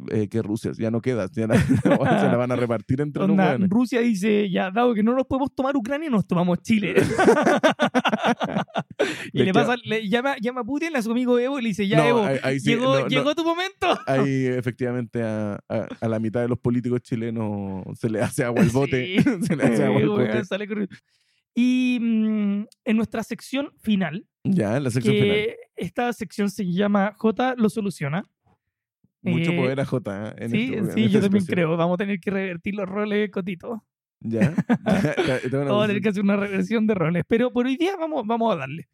Speaker 2: eh, que Rusia, ya no queda, ya la, la weá se la van a repartir entre los
Speaker 1: Onda,
Speaker 2: weones.
Speaker 1: Rusia dice, ya, dado que no nos podemos tomar Ucrania, nos tomamos Chile. y
Speaker 2: Le
Speaker 1: le
Speaker 2: queda-
Speaker 1: pasa, le llama, llama a Putin a su amigo Evo y le dice, ya,
Speaker 2: No,
Speaker 1: Evo,
Speaker 2: ahí- ahí sí,
Speaker 1: llegó,
Speaker 2: no, no.
Speaker 1: llegó tu momento.
Speaker 2: Ahí efectivamente a, a- a la mitad de los políticos chilenos se le hace agua el bote.
Speaker 1: Sí.
Speaker 2: se le hace agua al
Speaker 1: Sí, weón,
Speaker 2: bote.
Speaker 1: sale corriendo. Y mm, en nuestra sección final,
Speaker 2: Ya, en la sección
Speaker 1: que
Speaker 2: final.
Speaker 1: esta sección se llama J lo soluciona.
Speaker 2: Mucho
Speaker 1: eh,
Speaker 2: poder a J. ¿eh? En
Speaker 1: sí,
Speaker 2: este- en
Speaker 1: sí,
Speaker 2: esta
Speaker 1: yo también
Speaker 2: situación.
Speaker 1: creo. Vamos a tener que revertir los roles, Cotito.
Speaker 2: Ya. Te- te van a
Speaker 1: Vamos a tener
Speaker 2: decir-
Speaker 1: que hacer una reversión de roles. Pero por hoy día vamos, vamos a darle.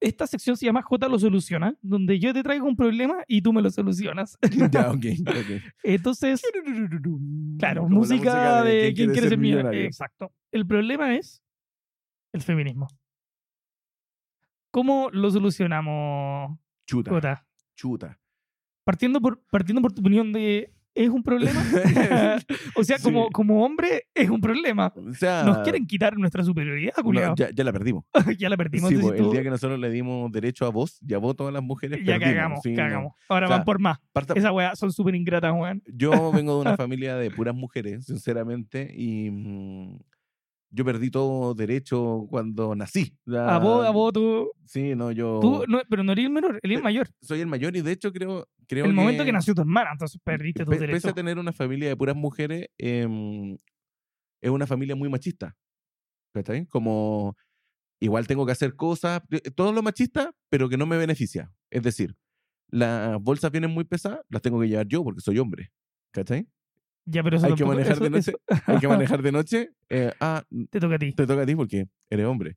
Speaker 1: Esta sección se llama J lo soluciona, donde yo te traigo un problema y tú me lo solucionas.
Speaker 2: Ya, ok. ok.
Speaker 1: Entonces, claro,
Speaker 2: Como la
Speaker 1: música, de, ¿Quién, quiere ser millonario?
Speaker 2: millonario?
Speaker 1: Exacto. El problema es el feminismo. ¿Cómo lo solucionamos,
Speaker 2: Chuta.
Speaker 1: Jota?
Speaker 2: Chuta.
Speaker 1: Partiendo por, partiendo por tu opinión de ¿es un problema? o sea,
Speaker 2: Sí.
Speaker 1: como, como hombre, es un problema.
Speaker 2: O sea.
Speaker 1: Nos quieren quitar nuestra superioridad,
Speaker 2: no,
Speaker 1: culiao.
Speaker 2: ya, ya la perdimos.
Speaker 1: ya, la perdimos.
Speaker 2: Sí,
Speaker 1: entonces
Speaker 2: pues, el
Speaker 1: tú-
Speaker 2: día que nosotros le dimos derecho a vos y a vos todas las mujeres.
Speaker 1: ya
Speaker 2: perdimos.
Speaker 1: cagamos,
Speaker 2: Sí, no.
Speaker 1: cagamos. Ahora
Speaker 2: O sea,
Speaker 1: van por más.
Speaker 2: Parta-
Speaker 1: Esas weas son súper ingratas, weón.
Speaker 2: Yo vengo de una familia de puras mujeres, sinceramente, y mm, yo perdí todo derecho cuando nací. O sea,
Speaker 1: A vos, a vos, tú.
Speaker 2: Sí, no, yo
Speaker 1: tú no, pero no eres el menor, eres el
Speaker 2: Eh,
Speaker 1: mayor.
Speaker 2: soy el mayor y de hecho creo, creo
Speaker 1: el momento que nació tu hermana, entonces perdiste tus
Speaker 2: Pe- Pese
Speaker 1: derechos.
Speaker 2: a tener una familia de puras mujeres, em, es una familia muy machista. ¿Cachai? Como igual tengo que hacer cosas, eh, todo lo machista, pero que no me beneficia. Es decir, las bolsas vienen muy pesadas, las tengo que llevar yo porque soy hombre. ¿Cachai?
Speaker 1: Ya, pero eso
Speaker 2: Hay que
Speaker 1: tampoco-
Speaker 2: manejar
Speaker 1: eso-
Speaker 2: de noche. Hay que manejar de noche. eh, ah,
Speaker 1: eso te toca a ti.
Speaker 2: te toca a ti porque eres hombre.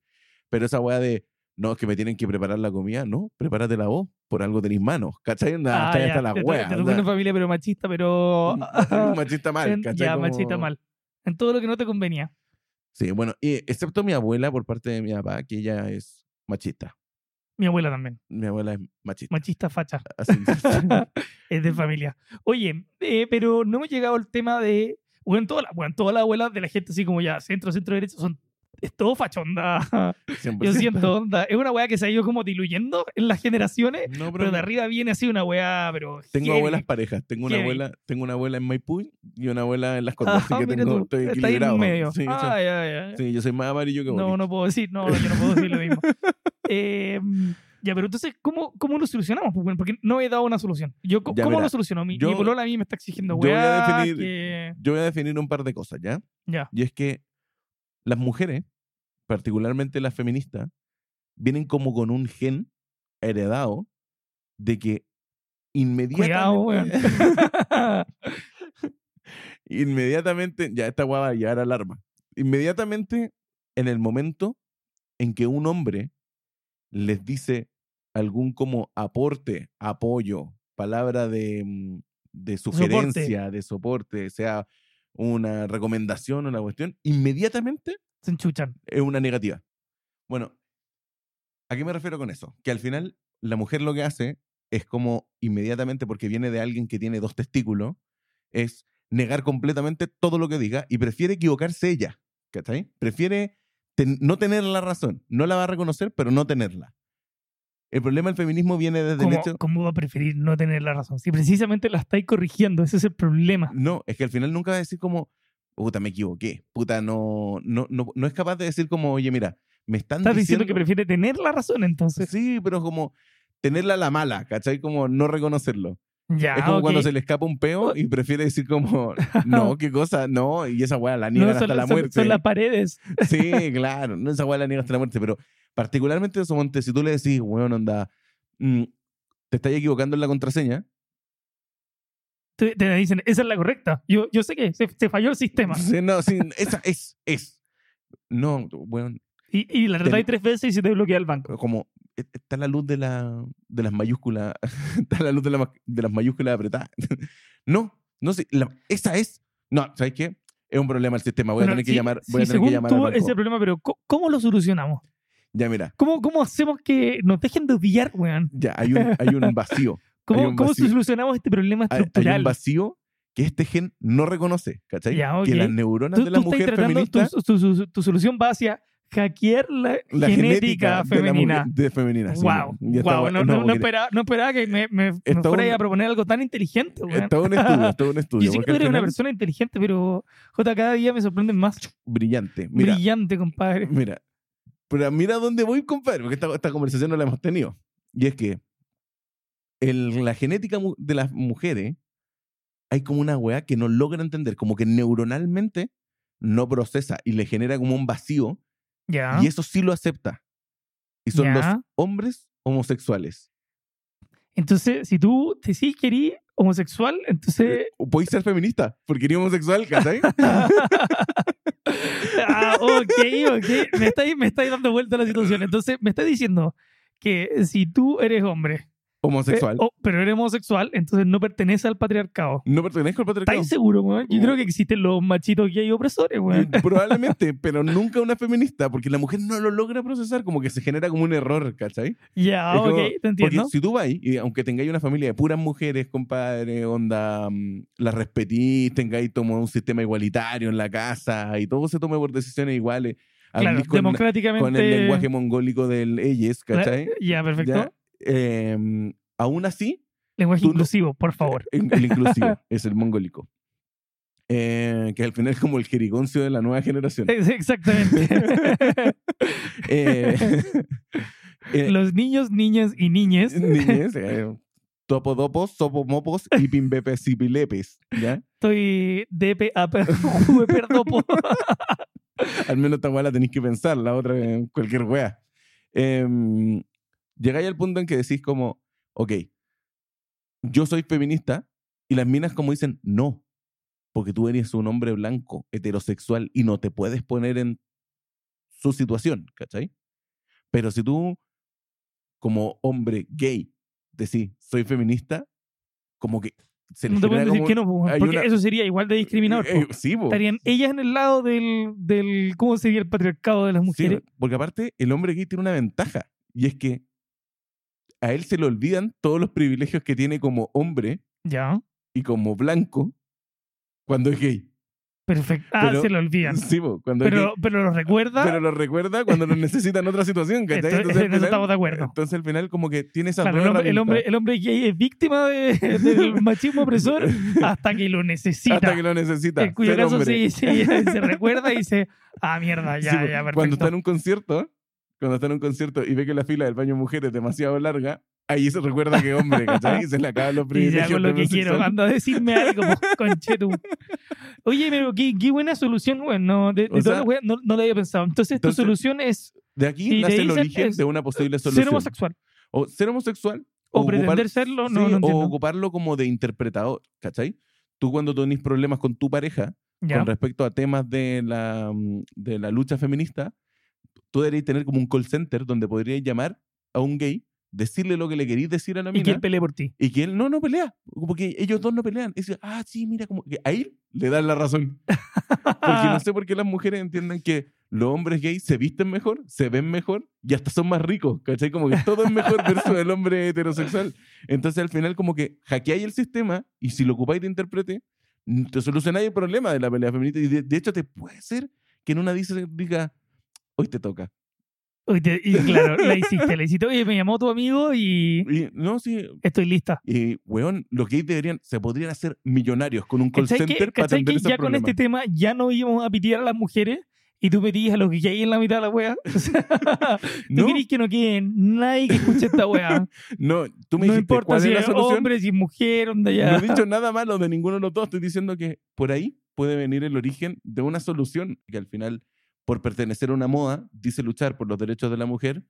Speaker 2: Pero esa weá de, no, es que me tienen que preparar la comida, no, prepáratela vos, por algo tenés manos, ¿cachai?
Speaker 1: Ah,
Speaker 2: Onda, está,
Speaker 1: ya,
Speaker 2: hasta la
Speaker 1: te, to-
Speaker 2: wea.
Speaker 1: te
Speaker 2: onda.
Speaker 1: toca una familia pero machista, pero...
Speaker 2: Un machista mal,
Speaker 1: en-
Speaker 2: ¿cachai?
Speaker 1: ya,
Speaker 2: Como-
Speaker 1: machista mal. En todo lo que no te convenía.
Speaker 2: Sí, bueno, y excepto mi abuela por parte de mi papá, que ella es machista.
Speaker 1: Mi abuela también.
Speaker 2: Mi abuela es machista.
Speaker 1: Machista facha.
Speaker 2: Así,
Speaker 1: es de familia. Oye, eh, pero no hemos llegado al tema de... Bueno, todas las bueno, todas las abuelas de la gente así como ya, centro, centro, derecha, son es todo fachonda.
Speaker 2: 100%.
Speaker 1: Yo siento, onda. Es una weá que se ha ido como diluyendo en las generaciones, pero
Speaker 2: No, pero
Speaker 1: de arriba viene así una weá, pero.
Speaker 2: tengo
Speaker 1: heavy.
Speaker 2: abuelas parejas. Tengo una
Speaker 1: Heavy.
Speaker 2: abuela, tengo una abuela en Maipú y una abuela en las
Speaker 1: Ah,
Speaker 2: cortas. así que
Speaker 1: mira
Speaker 2: tengo,
Speaker 1: tú,
Speaker 2: estoy
Speaker 1: está ahí en
Speaker 2: equilibrado.
Speaker 1: medio. Ah,
Speaker 2: Sí, sí.
Speaker 1: Ay, ay, ay.
Speaker 2: Sí, yo soy más amarillo que
Speaker 1: No,
Speaker 2: Boris.
Speaker 1: no puedo decir, no, yo no puedo decir lo mismo. Eh, ya, pero entonces, ¿cómo, cómo lo solucionamos? pues, weón? Porque no he dado una solución. Yo, co-
Speaker 2: Ya,
Speaker 1: ¿Cómo
Speaker 2: mira,
Speaker 1: lo soluciono? Mi,
Speaker 2: yo-
Speaker 1: mi polola a mí me está exigiendo
Speaker 2: yo voy a
Speaker 1: weá,
Speaker 2: definir-
Speaker 1: que-
Speaker 2: Yo voy a definir un par de cosas, ¿ya?
Speaker 1: Ya.
Speaker 2: Y es que las mujeres, particularmente las feministas, vienen como con un gen heredado de que
Speaker 1: Cuidado, weón.
Speaker 2: inmediatamente, inmediatamente, ya esta guava va a llegar alarma, inmediatamente en el momento en que un hombre les dice algún como aporte, apoyo, palabra de, mm, de sugerencia, de soporte, sea una recomendación, una cuestión, inmediatamente
Speaker 1: Se enchuchan.
Speaker 2: es una negativa. Bueno, ¿a qué me refiero con eso? Que al final la mujer lo que hace es como inmediatamente, porque viene de alguien que tiene dos testículos, es negar completamente todo lo que diga y prefiere equivocarse ella. ¿Cachai? Prefiere ten- no tener la razón. No la va a reconocer, pero no tenerla. El problema del feminismo viene desde el
Speaker 1: ¿Cómo,
Speaker 2: hecho...
Speaker 1: cómo va a preferir no tener la razón? Si precisamente la estáis corrigiendo, ese es el problema.
Speaker 2: No, es que al final nunca va a decir como, puta, me equivoqué. Puta, no, no, no, no es capaz de decir como, oye, mira, me están
Speaker 1: Estás diciendo que prefiere tener la razón, entonces.
Speaker 2: Sí, pero como tenerla a la mala, ¿cachai? Como no reconocerlo.
Speaker 1: Ya,
Speaker 2: es como
Speaker 1: Ah, ok.
Speaker 2: cuando se le escapa un peo y prefiere decir como, no, qué cosa, no, y esa weá la niegan
Speaker 1: No,
Speaker 2: hasta
Speaker 1: son,
Speaker 2: la
Speaker 1: son-
Speaker 2: muerte.
Speaker 1: son las paredes.
Speaker 2: Sí, claro, no, esa weá la niegan hasta la muerte, pero particularmente eso, Monte, si tú le decís, weón, onda, mm, te estás equivocando en la contraseña,
Speaker 1: Te, te dicen, esa es la correcta. Yo, yo sé que se, se falló el sistema.
Speaker 2: Sí, no, sí, esa es, es. No, weón,
Speaker 1: Y, y la tratáis tres veces y se te bloquea el banco.
Speaker 2: como e- está la luz de, la, de las mayúsculas, está la luz de, la ma- de las mayúsculas apretadas. no, no sé, la- esa es. No, ¿sabes qué? Es un problema el sistema. Voy a
Speaker 1: Bueno,
Speaker 2: tener
Speaker 1: sí,
Speaker 2: que llamar.
Speaker 1: sí,
Speaker 2: Voy a tener que
Speaker 1: según
Speaker 2: llamar
Speaker 1: tú,
Speaker 2: al banco.
Speaker 1: ese problema, pero co- ¿cómo lo solucionamos?
Speaker 2: Ya, mira,
Speaker 1: ¿Cómo, ¿Cómo hacemos que nos dejen de odiar, weón?
Speaker 2: ya hay un, hay un vacío. Hay
Speaker 1: ¿Cómo,
Speaker 2: un
Speaker 1: cómo
Speaker 2: vacío.
Speaker 1: solucionamos este problema
Speaker 2: Hay, hay
Speaker 1: estructural?
Speaker 2: un vacío que este gen no reconoce, ¿cachai?
Speaker 1: Ya,
Speaker 2: Que
Speaker 1: ok.
Speaker 2: las neuronas
Speaker 1: tú,
Speaker 2: de la
Speaker 1: tú estás
Speaker 2: mujer
Speaker 1: tratando,
Speaker 2: feminista.
Speaker 1: tu, tu- tu- tu solución va hacia hackear la,
Speaker 2: La
Speaker 1: genética,
Speaker 2: genética,
Speaker 1: femenina.
Speaker 2: De, la mujer- de femenina. sí,
Speaker 1: Wow,
Speaker 2: ya está,
Speaker 1: wow, no,
Speaker 2: no,
Speaker 1: no- no
Speaker 2: porque
Speaker 1: esperaba, no esperaba que me, me- me
Speaker 2: Está
Speaker 1: fuera
Speaker 2: un-
Speaker 1: a proponer algo tan inteligente. weón.
Speaker 2: es todo un estudio, es todo un estudio.
Speaker 1: Yo sé que
Speaker 2: porque
Speaker 1: tú
Speaker 2: al
Speaker 1: eres una
Speaker 2: final,
Speaker 1: persona inteligente, pero Jota, cada día me sorprende más
Speaker 2: brillante. Mira,
Speaker 1: brillante, compadre.
Speaker 2: Mira, pero mira dónde voy, compadre, porque esta, esta conversación no la hemos tenido. Y es que el- la genética mu- de las mujeres hay como una weá que no logra entender, como que neuronalmente no procesa y le genera como un vacío,
Speaker 1: Ya.
Speaker 2: y eso sí lo acepta. Y son los
Speaker 1: Ah. Ya.
Speaker 2: hombres homosexuales.
Speaker 1: Entonces, si tú te sí querí homosexual, entonces.
Speaker 2: O Podéis ser feminista, porque eres homosexual, ¿cachai?
Speaker 1: Eh, ah, ok, ok. Me estáis me estáis dando vuelta la situación. Entonces, me estás diciendo que si tú eres hombre, pe-
Speaker 2: homosexual.
Speaker 1: o- pero eres homosexual, entonces no perteneces al patriarcado.
Speaker 2: No pertenezco al patriarcado.
Speaker 1: ¿Estás seguro, weón? Yo
Speaker 2: Uh.
Speaker 1: creo que existen los machitos gay opresores, weón.
Speaker 2: Eh, Probablemente, pero nunca una feminista, porque la mujer no lo logra procesar, como que se genera como un error, ¿cachai?
Speaker 1: Ya,
Speaker 2: Es como-
Speaker 1: ok, te
Speaker 2: Porque
Speaker 1: entiendo.
Speaker 2: si tú vas, y aunque tengáis una familia de puras mujeres, compadre, onda, mm, las respetís, tengáis como un sistema igualitario en la casa y todo se tome por decisiones iguales,
Speaker 1: Claro,
Speaker 2: hablís con,
Speaker 1: democráticamente.
Speaker 2: con el lenguaje mongólico del ellas, ¿cachai?
Speaker 1: Ya, perfecto.
Speaker 2: Ya, eh, aún así,
Speaker 1: Lenguaje
Speaker 2: Tú no-
Speaker 1: inclusivo, por favor.
Speaker 2: el, el inclusivo es el mongólico, Eh, que al final es como el jerigoncio de la nueva generación.
Speaker 1: Es- Exactamente.
Speaker 2: Eh, eh,
Speaker 1: Los niños, niñas y niñes.
Speaker 2: niñez, eh, topodopos, sopomopos y pimbepezipilepes, ¿ya?
Speaker 1: Estoy DPA, perdopo.
Speaker 2: Al menos esta weá la tenéis que pensar, la otra eh, cualquier weá. Em, llegáis al punto en que decís como, ok, yo soy feminista y las minas como dicen, no, porque tú eres un hombre blanco, heterosexual y no te puedes poner en su situación, ¿cachai? Pero si tú, como hombre gay, decís, soy feminista, como que se le
Speaker 1: No te
Speaker 2: genera
Speaker 1: pueden decir
Speaker 2: como-
Speaker 1: que no, po,
Speaker 2: hay
Speaker 1: porque
Speaker 2: una-
Speaker 1: eso sería igual de discriminador. po.
Speaker 2: Eh, sí, po.
Speaker 1: Estarían ellas en el lado del, del. ¿Cómo sería el patriarcado de las
Speaker 2: Sí,
Speaker 1: mujeres?
Speaker 2: porque aparte el hombre gay tiene una ventaja y es que a él se le olvidan todos los privilegios que tiene como hombre
Speaker 1: Ya.
Speaker 2: y como blanco cuando es gay.
Speaker 1: Perfecto. Ah,
Speaker 2: Pero-
Speaker 1: se lo olvidan.
Speaker 2: Sí, po, cuando
Speaker 1: Pero, pero lo recuerda.
Speaker 2: pero lo recuerda cuando lo necesita en otra situación, ¿cachai?
Speaker 1: Entonces,
Speaker 2: al
Speaker 1: en eso estamos de acuerdo.
Speaker 2: Entonces al final como que tiene esas
Speaker 1: Claro,
Speaker 2: dos
Speaker 1: el, hombre, el, hombre,
Speaker 2: herramientas
Speaker 1: el hombre gay es víctima de- del machismo opresor hasta que lo necesita.
Speaker 2: hasta que lo necesita.
Speaker 1: en cuyo
Speaker 2: ser
Speaker 1: caso
Speaker 2: hombre.
Speaker 1: sí, sí, se recuerda y dice, ah, mierda, ya,
Speaker 2: Sí,
Speaker 1: ya,
Speaker 2: po,
Speaker 1: perfecto.
Speaker 2: Cuando está en un concierto, cuando está en un concierto y ve que la fila del baño mujer es demasiado larga, ahí se recuerda que es hombre, ¿cachai? Y se le acaban los
Speaker 1: Y ya
Speaker 2: privilegios.
Speaker 1: hago lo que
Speaker 2: heterosexuales.
Speaker 1: quiero, anda a decirme algo, pues, conchetum. Oye, pero qué, qué buena solución, güey. No, de, de
Speaker 2: O
Speaker 1: todas
Speaker 2: sea,
Speaker 1: las weas, no, no lo había pensado. Entonces, tu
Speaker 2: entonces,
Speaker 1: solución es
Speaker 2: De aquí
Speaker 1: Si te
Speaker 2: nace el
Speaker 1: dicen
Speaker 2: origen
Speaker 1: es
Speaker 2: de una posible
Speaker 1: pues, ser
Speaker 2: solución.
Speaker 1: homosexual.
Speaker 2: o ser homosexual.
Speaker 1: O,
Speaker 2: ocupar-
Speaker 1: pretender serlo, no,
Speaker 2: sí,
Speaker 1: no
Speaker 2: o
Speaker 1: entiendo.
Speaker 2: ocuparlo como de interpretador, ¿cachai? Tú cuando tenés problemas con tu pareja,
Speaker 1: Ya.
Speaker 2: con respecto a temas de la, mm, de la lucha feminista, tú deberías tener como un call center donde podrías llamar a un gay, decirle lo que le querís decir a la
Speaker 1: Y
Speaker 2: mina
Speaker 1: que él pelee por ti.
Speaker 2: y que él no, no pelea. Como que ellos dos no pelean. Y dice, ah, sí, mira, como que ahí le dan la razón. Porque
Speaker 1: Ah,
Speaker 2: no sé por qué las mujeres entienden que los hombres gays se visten mejor, se ven mejor y hasta son más ricos, ¿cachai? Como que todo es mejor versus el hombre heterosexual. Entonces al final como que hackeáis el sistema y si lo ocupáis de intérprete, mm, te solucionáis el problema de la pelea feminista. Y de, de hecho te puede ser que en una dice, diga, hoy te toca.
Speaker 1: Uy, te- Y, claro, la hiciste, la hiciste. Oye, me llamó tu amigo y
Speaker 2: Y no, sí,
Speaker 1: estoy lista.
Speaker 2: Y, weón, los gays deberían, se podrían hacer millonarios con un call
Speaker 1: ¿Cachai
Speaker 2: center
Speaker 1: que,
Speaker 2: para
Speaker 1: cachai que
Speaker 2: atender
Speaker 1: ya
Speaker 2: esos
Speaker 1: con
Speaker 2: problemas.
Speaker 1: este tema ya no íbamos a pitear a las mujeres y tú metías a los que hay en la mitad de la wea? O sea,
Speaker 2: No,
Speaker 1: ¿Tú querés que no quede nadie que escuche esta wea?
Speaker 2: no, tú me
Speaker 1: No
Speaker 2: dijiste
Speaker 1: importa
Speaker 2: pues, cuál
Speaker 1: si
Speaker 2: es la
Speaker 1: es
Speaker 2: solución.
Speaker 1: hombre, si es mujer, onda ya.
Speaker 2: No he dicho nada malo de ninguno de los dos. Estoy diciendo que por ahí puede venir el origen de una solución que al final, por pertenecer a una moda, dice luchar por los derechos de la mujer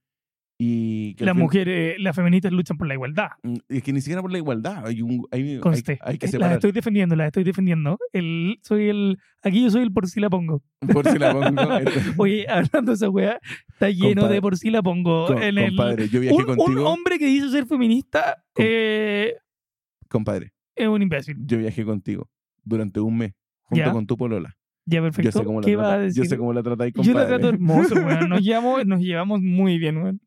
Speaker 2: y que al
Speaker 1: las
Speaker 2: fin-
Speaker 1: mujeres, las feministas luchan por eh, la igualdad.
Speaker 2: Mm, Es que ni siquiera por la igualdad. Hay, un, hay, hay,
Speaker 1: Conste.
Speaker 2: hay que
Speaker 1: las
Speaker 2: separar.
Speaker 1: estoy defendiendo, las estoy defendiendo. El, soy el, aquí yo soy el por si la pongo.
Speaker 2: Por si la pongo. este, Entonces,
Speaker 1: Oye, hablando de esa wea, está lleno
Speaker 2: Compadre-
Speaker 1: de por si la pongo
Speaker 2: com-
Speaker 1: en el.
Speaker 2: compadre, yo viajé
Speaker 1: Un, un
Speaker 2: contigo.
Speaker 1: hombre que dice ser feminista
Speaker 2: Com-
Speaker 1: eh,
Speaker 2: Compadre,
Speaker 1: es un imbécil.
Speaker 2: yo viajé contigo durante un mes junto
Speaker 1: Ya.
Speaker 2: con tu polola.
Speaker 1: Ya, perfecto.
Speaker 2: Yo sé cómo la
Speaker 1: ¿Qué va a
Speaker 2: trata-
Speaker 1: decir?
Speaker 2: Yo sé cómo la tratáis,
Speaker 1: Yo la
Speaker 2: compadre.
Speaker 1: trato hermoso, weón. Nos, llevamos- nos llevamos muy bien, weón.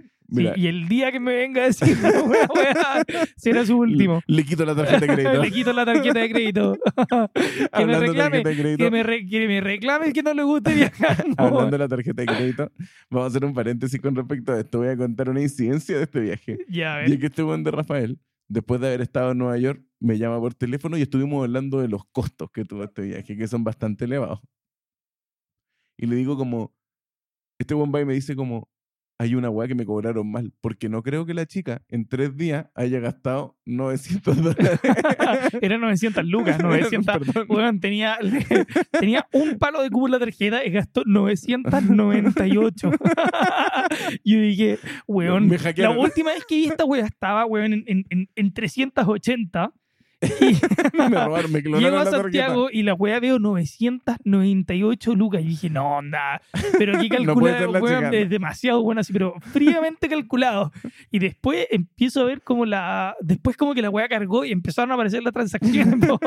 Speaker 1: Sí,
Speaker 2: ¿Ah, Mira,
Speaker 1: y el día que me venga a decir una wea, weá, será su último.
Speaker 2: Le, le quito la tarjeta de crédito.
Speaker 1: Le quito la tarjeta de crédito. que, me
Speaker 2: Hablando de
Speaker 1: reclame,
Speaker 2: tarjeta de crédito,
Speaker 1: que, me re- que me reclame el que no le guste viajar. no,
Speaker 2: Hablando de la tarjeta de crédito, vamos a hacer un paréntesis con respecto a esto. Voy a contar una incidencia de este viaje.
Speaker 1: Ya, a
Speaker 2: Y es
Speaker 1: ver.
Speaker 2: que este buen de Rafael, después de haber estado en Nueva York, me llama por teléfono y estuvimos hablando de los costos que tuvo este viaje, que son bastante elevados. Y le digo como, este buen va y me dice como, hay una weá que me cobraron mal, porque no creo que la chica en tres días haya gastado 900 dólares.
Speaker 1: Era 900 lucas, 900.
Speaker 2: Perdón.
Speaker 1: Weón, tenía, tenía un palo de cubo en la tarjeta y gastó 998. Yo dije, weón,
Speaker 2: Me
Speaker 1: la
Speaker 2: hackearon.
Speaker 1: última vez que vi esta weá estaba, weón, en, en- en- en 380.
Speaker 2: me robaron, me clonaron
Speaker 1: Llego a
Speaker 2: la tarjeta.
Speaker 1: Santiago y la weá veo 998 lucas. Y dije, no, onda. Pero aquí
Speaker 2: No puede
Speaker 1: calcula,
Speaker 2: ser la
Speaker 1: weón,
Speaker 2: chicana.
Speaker 1: es demasiado bueno así, pero fríamente calculado. Y después empiezo a ver como la. Después, como que la weá cargó y empezaron a aparecer las transacciones. po.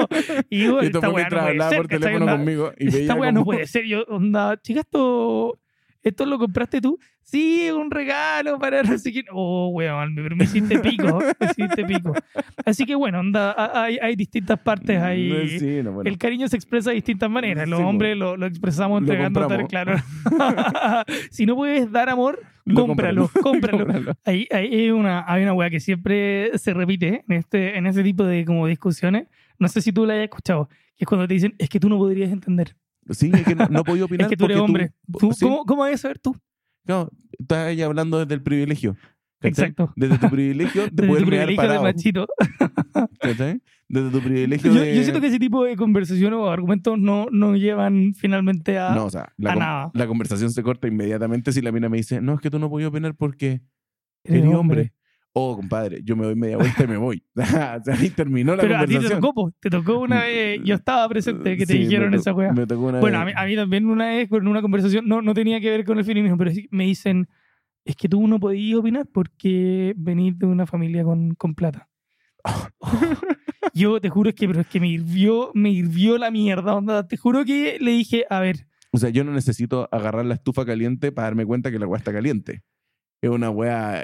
Speaker 1: Y digo,
Speaker 2: Y tú
Speaker 1: esta weá no
Speaker 2: mientras
Speaker 1: puede
Speaker 2: hablaba
Speaker 1: ser,
Speaker 2: por
Speaker 1: ¿cachai?
Speaker 2: teléfono
Speaker 1: Onda,
Speaker 2: conmigo y veía
Speaker 1: Esta weá
Speaker 2: como-
Speaker 1: no puede ser. Yo, onda, chica, esto. ¿Esto lo compraste tú? Sí, un regalo para no sé quién. Oh, weón, pero me hiciste pico. Me hiciste pico. Así que bueno, onda, a- hay, hay distintas partes ahí.
Speaker 2: No, Mm, eh, sí, no, bueno.
Speaker 1: El cariño se expresa de distintas maneras. Los
Speaker 2: Sí, po.
Speaker 1: hombres lo, lo expresamos
Speaker 2: Lo
Speaker 1: entregando tal,
Speaker 2: compramos.
Speaker 1: claro. si no puedes dar amor,
Speaker 2: Lo
Speaker 1: cómpralo, cómpralo.
Speaker 2: Cómpralo.
Speaker 1: Ahí, ahí hay una, hay una weá que siempre se repite en este, en este tipo de como discusiones. No sé si tú la hayas escuchado, que es cuando te dicen, es que tú no podrías entender.
Speaker 2: Sí, es que no, no podía opinar
Speaker 1: es que tú
Speaker 2: porque
Speaker 1: eres hombre. ¿Tú,
Speaker 2: sí.
Speaker 1: ¿Cómo, cómo vas a saber tú?
Speaker 2: Claro, estás ahí hablando desde el privilegio. ¿cachai?
Speaker 1: Exacto.
Speaker 2: Desde tu privilegio de
Speaker 1: Desde
Speaker 2: poder
Speaker 1: tu
Speaker 2: mear
Speaker 1: privilegio de
Speaker 2: parado.
Speaker 1: machito.
Speaker 2: ¿cachai? Desde tu privilegio
Speaker 1: Yo,
Speaker 2: de...
Speaker 1: yo siento que ese tipo de conversaciones o argumentos no, no llevan finalmente a...
Speaker 2: Ah, No, o sea, la,
Speaker 1: a
Speaker 2: con-
Speaker 1: nada.
Speaker 2: la conversación se corta inmediatamente si la mina me dice, no, es que tú no podías opinar porque eres hombre. Oh, compadre, yo me doy media vuelta y me voy. o sea, ahí terminó la
Speaker 1: Pero a ti te
Speaker 2: conversación.
Speaker 1: tocó, po. te tocó una vez, yo estaba presente que te
Speaker 2: Sí, me
Speaker 1: dijeron
Speaker 2: to-
Speaker 1: esa weá.
Speaker 2: Me tocó una
Speaker 1: Bueno, a mí,
Speaker 2: vez.
Speaker 1: a mí también una vez con una conversación, no, no tenía que ver con el feminismo, pero sí me dicen, es que tú no podías opinar porque venís de una familia con, con plata. yo te juro es que, pero es que me hirvió, me hirvió la mierda, onda. Te juro que le dije, a ver,
Speaker 2: O sea, yo no necesito agarrar la estufa caliente para darme cuenta que la weá está caliente. Es una weá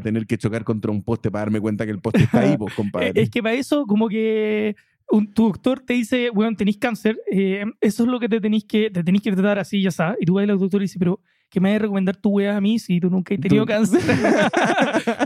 Speaker 2: tener que chocar contra un poste para darme cuenta que el poste está ahí, pues,
Speaker 1: eh,
Speaker 2: compadre.
Speaker 1: es que para eso como que un- tu doctor te dice, weón, tenés cáncer, eh, eso es lo que te tenés que, te tenés que tratar así, ya sabes. Y tú vas al doctor y dices, pero ¿qué me vas a recomendar tu weá a mí si tú nunca has tenido
Speaker 2: Tú-
Speaker 1: cáncer?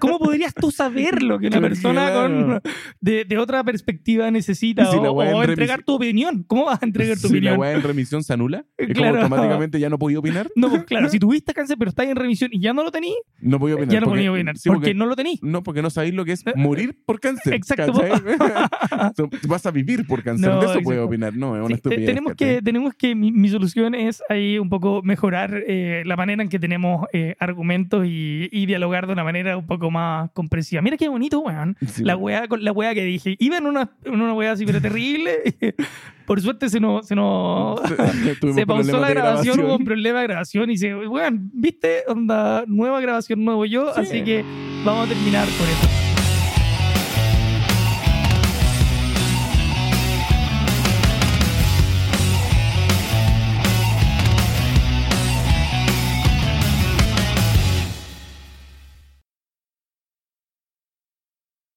Speaker 1: ¿Cómo podrías tú saber lo que una
Speaker 2: Claro.
Speaker 1: persona con, de, de otra perspectiva necesita
Speaker 2: Y si
Speaker 1: o,
Speaker 2: la weá
Speaker 1: o
Speaker 2: en
Speaker 1: entregar
Speaker 2: remisi-
Speaker 1: tu opinión? ¿Cómo vas a entregar tu
Speaker 2: si la
Speaker 1: opinión?
Speaker 2: weá en remisión se anula, es
Speaker 1: Claro.
Speaker 2: como automáticamente ya no podía opinar.
Speaker 1: No, pues, claro, si tuviste cáncer pero estás en remisión y ya no lo tenís,
Speaker 2: No podía opinar.
Speaker 1: Eh, ya no
Speaker 2: porque-
Speaker 1: podías opinar,
Speaker 2: sí,
Speaker 1: porque,
Speaker 2: porque-
Speaker 1: no lo tenís.
Speaker 2: no, porque no sabéis lo que es morir por cáncer.
Speaker 1: Exacto.
Speaker 2: ¿cachai? So, Vas a vivir por cáncer.
Speaker 1: No,
Speaker 2: de eso puedes
Speaker 1: exacto.
Speaker 2: opinar. No, es
Speaker 1: Sí,
Speaker 2: una
Speaker 1: eh,
Speaker 2: estupidez.
Speaker 1: tenemos
Speaker 2: ¿cachai?
Speaker 1: que, tenemos que mi, mi solución es ahí un poco mejorar eh, la manera en que tenemos eh, argumentos y, y dialogar de una manera un poco más comprensiva. Mira qué bonito, weón.
Speaker 2: Sí,
Speaker 1: La
Speaker 2: no.
Speaker 1: weá, con- la weá que dije. Iba en una, en una weá así, pero terrible. Por suerte se nos... Se nos-
Speaker 2: Tuvimos
Speaker 1: Se pausó
Speaker 2: problemas
Speaker 1: la
Speaker 2: de
Speaker 1: grabación, hubo un problema de grabación y se, weón, viste, onda, nueva grabación, nuevo yo,
Speaker 2: Sí.
Speaker 1: así que vamos a terminar con esto.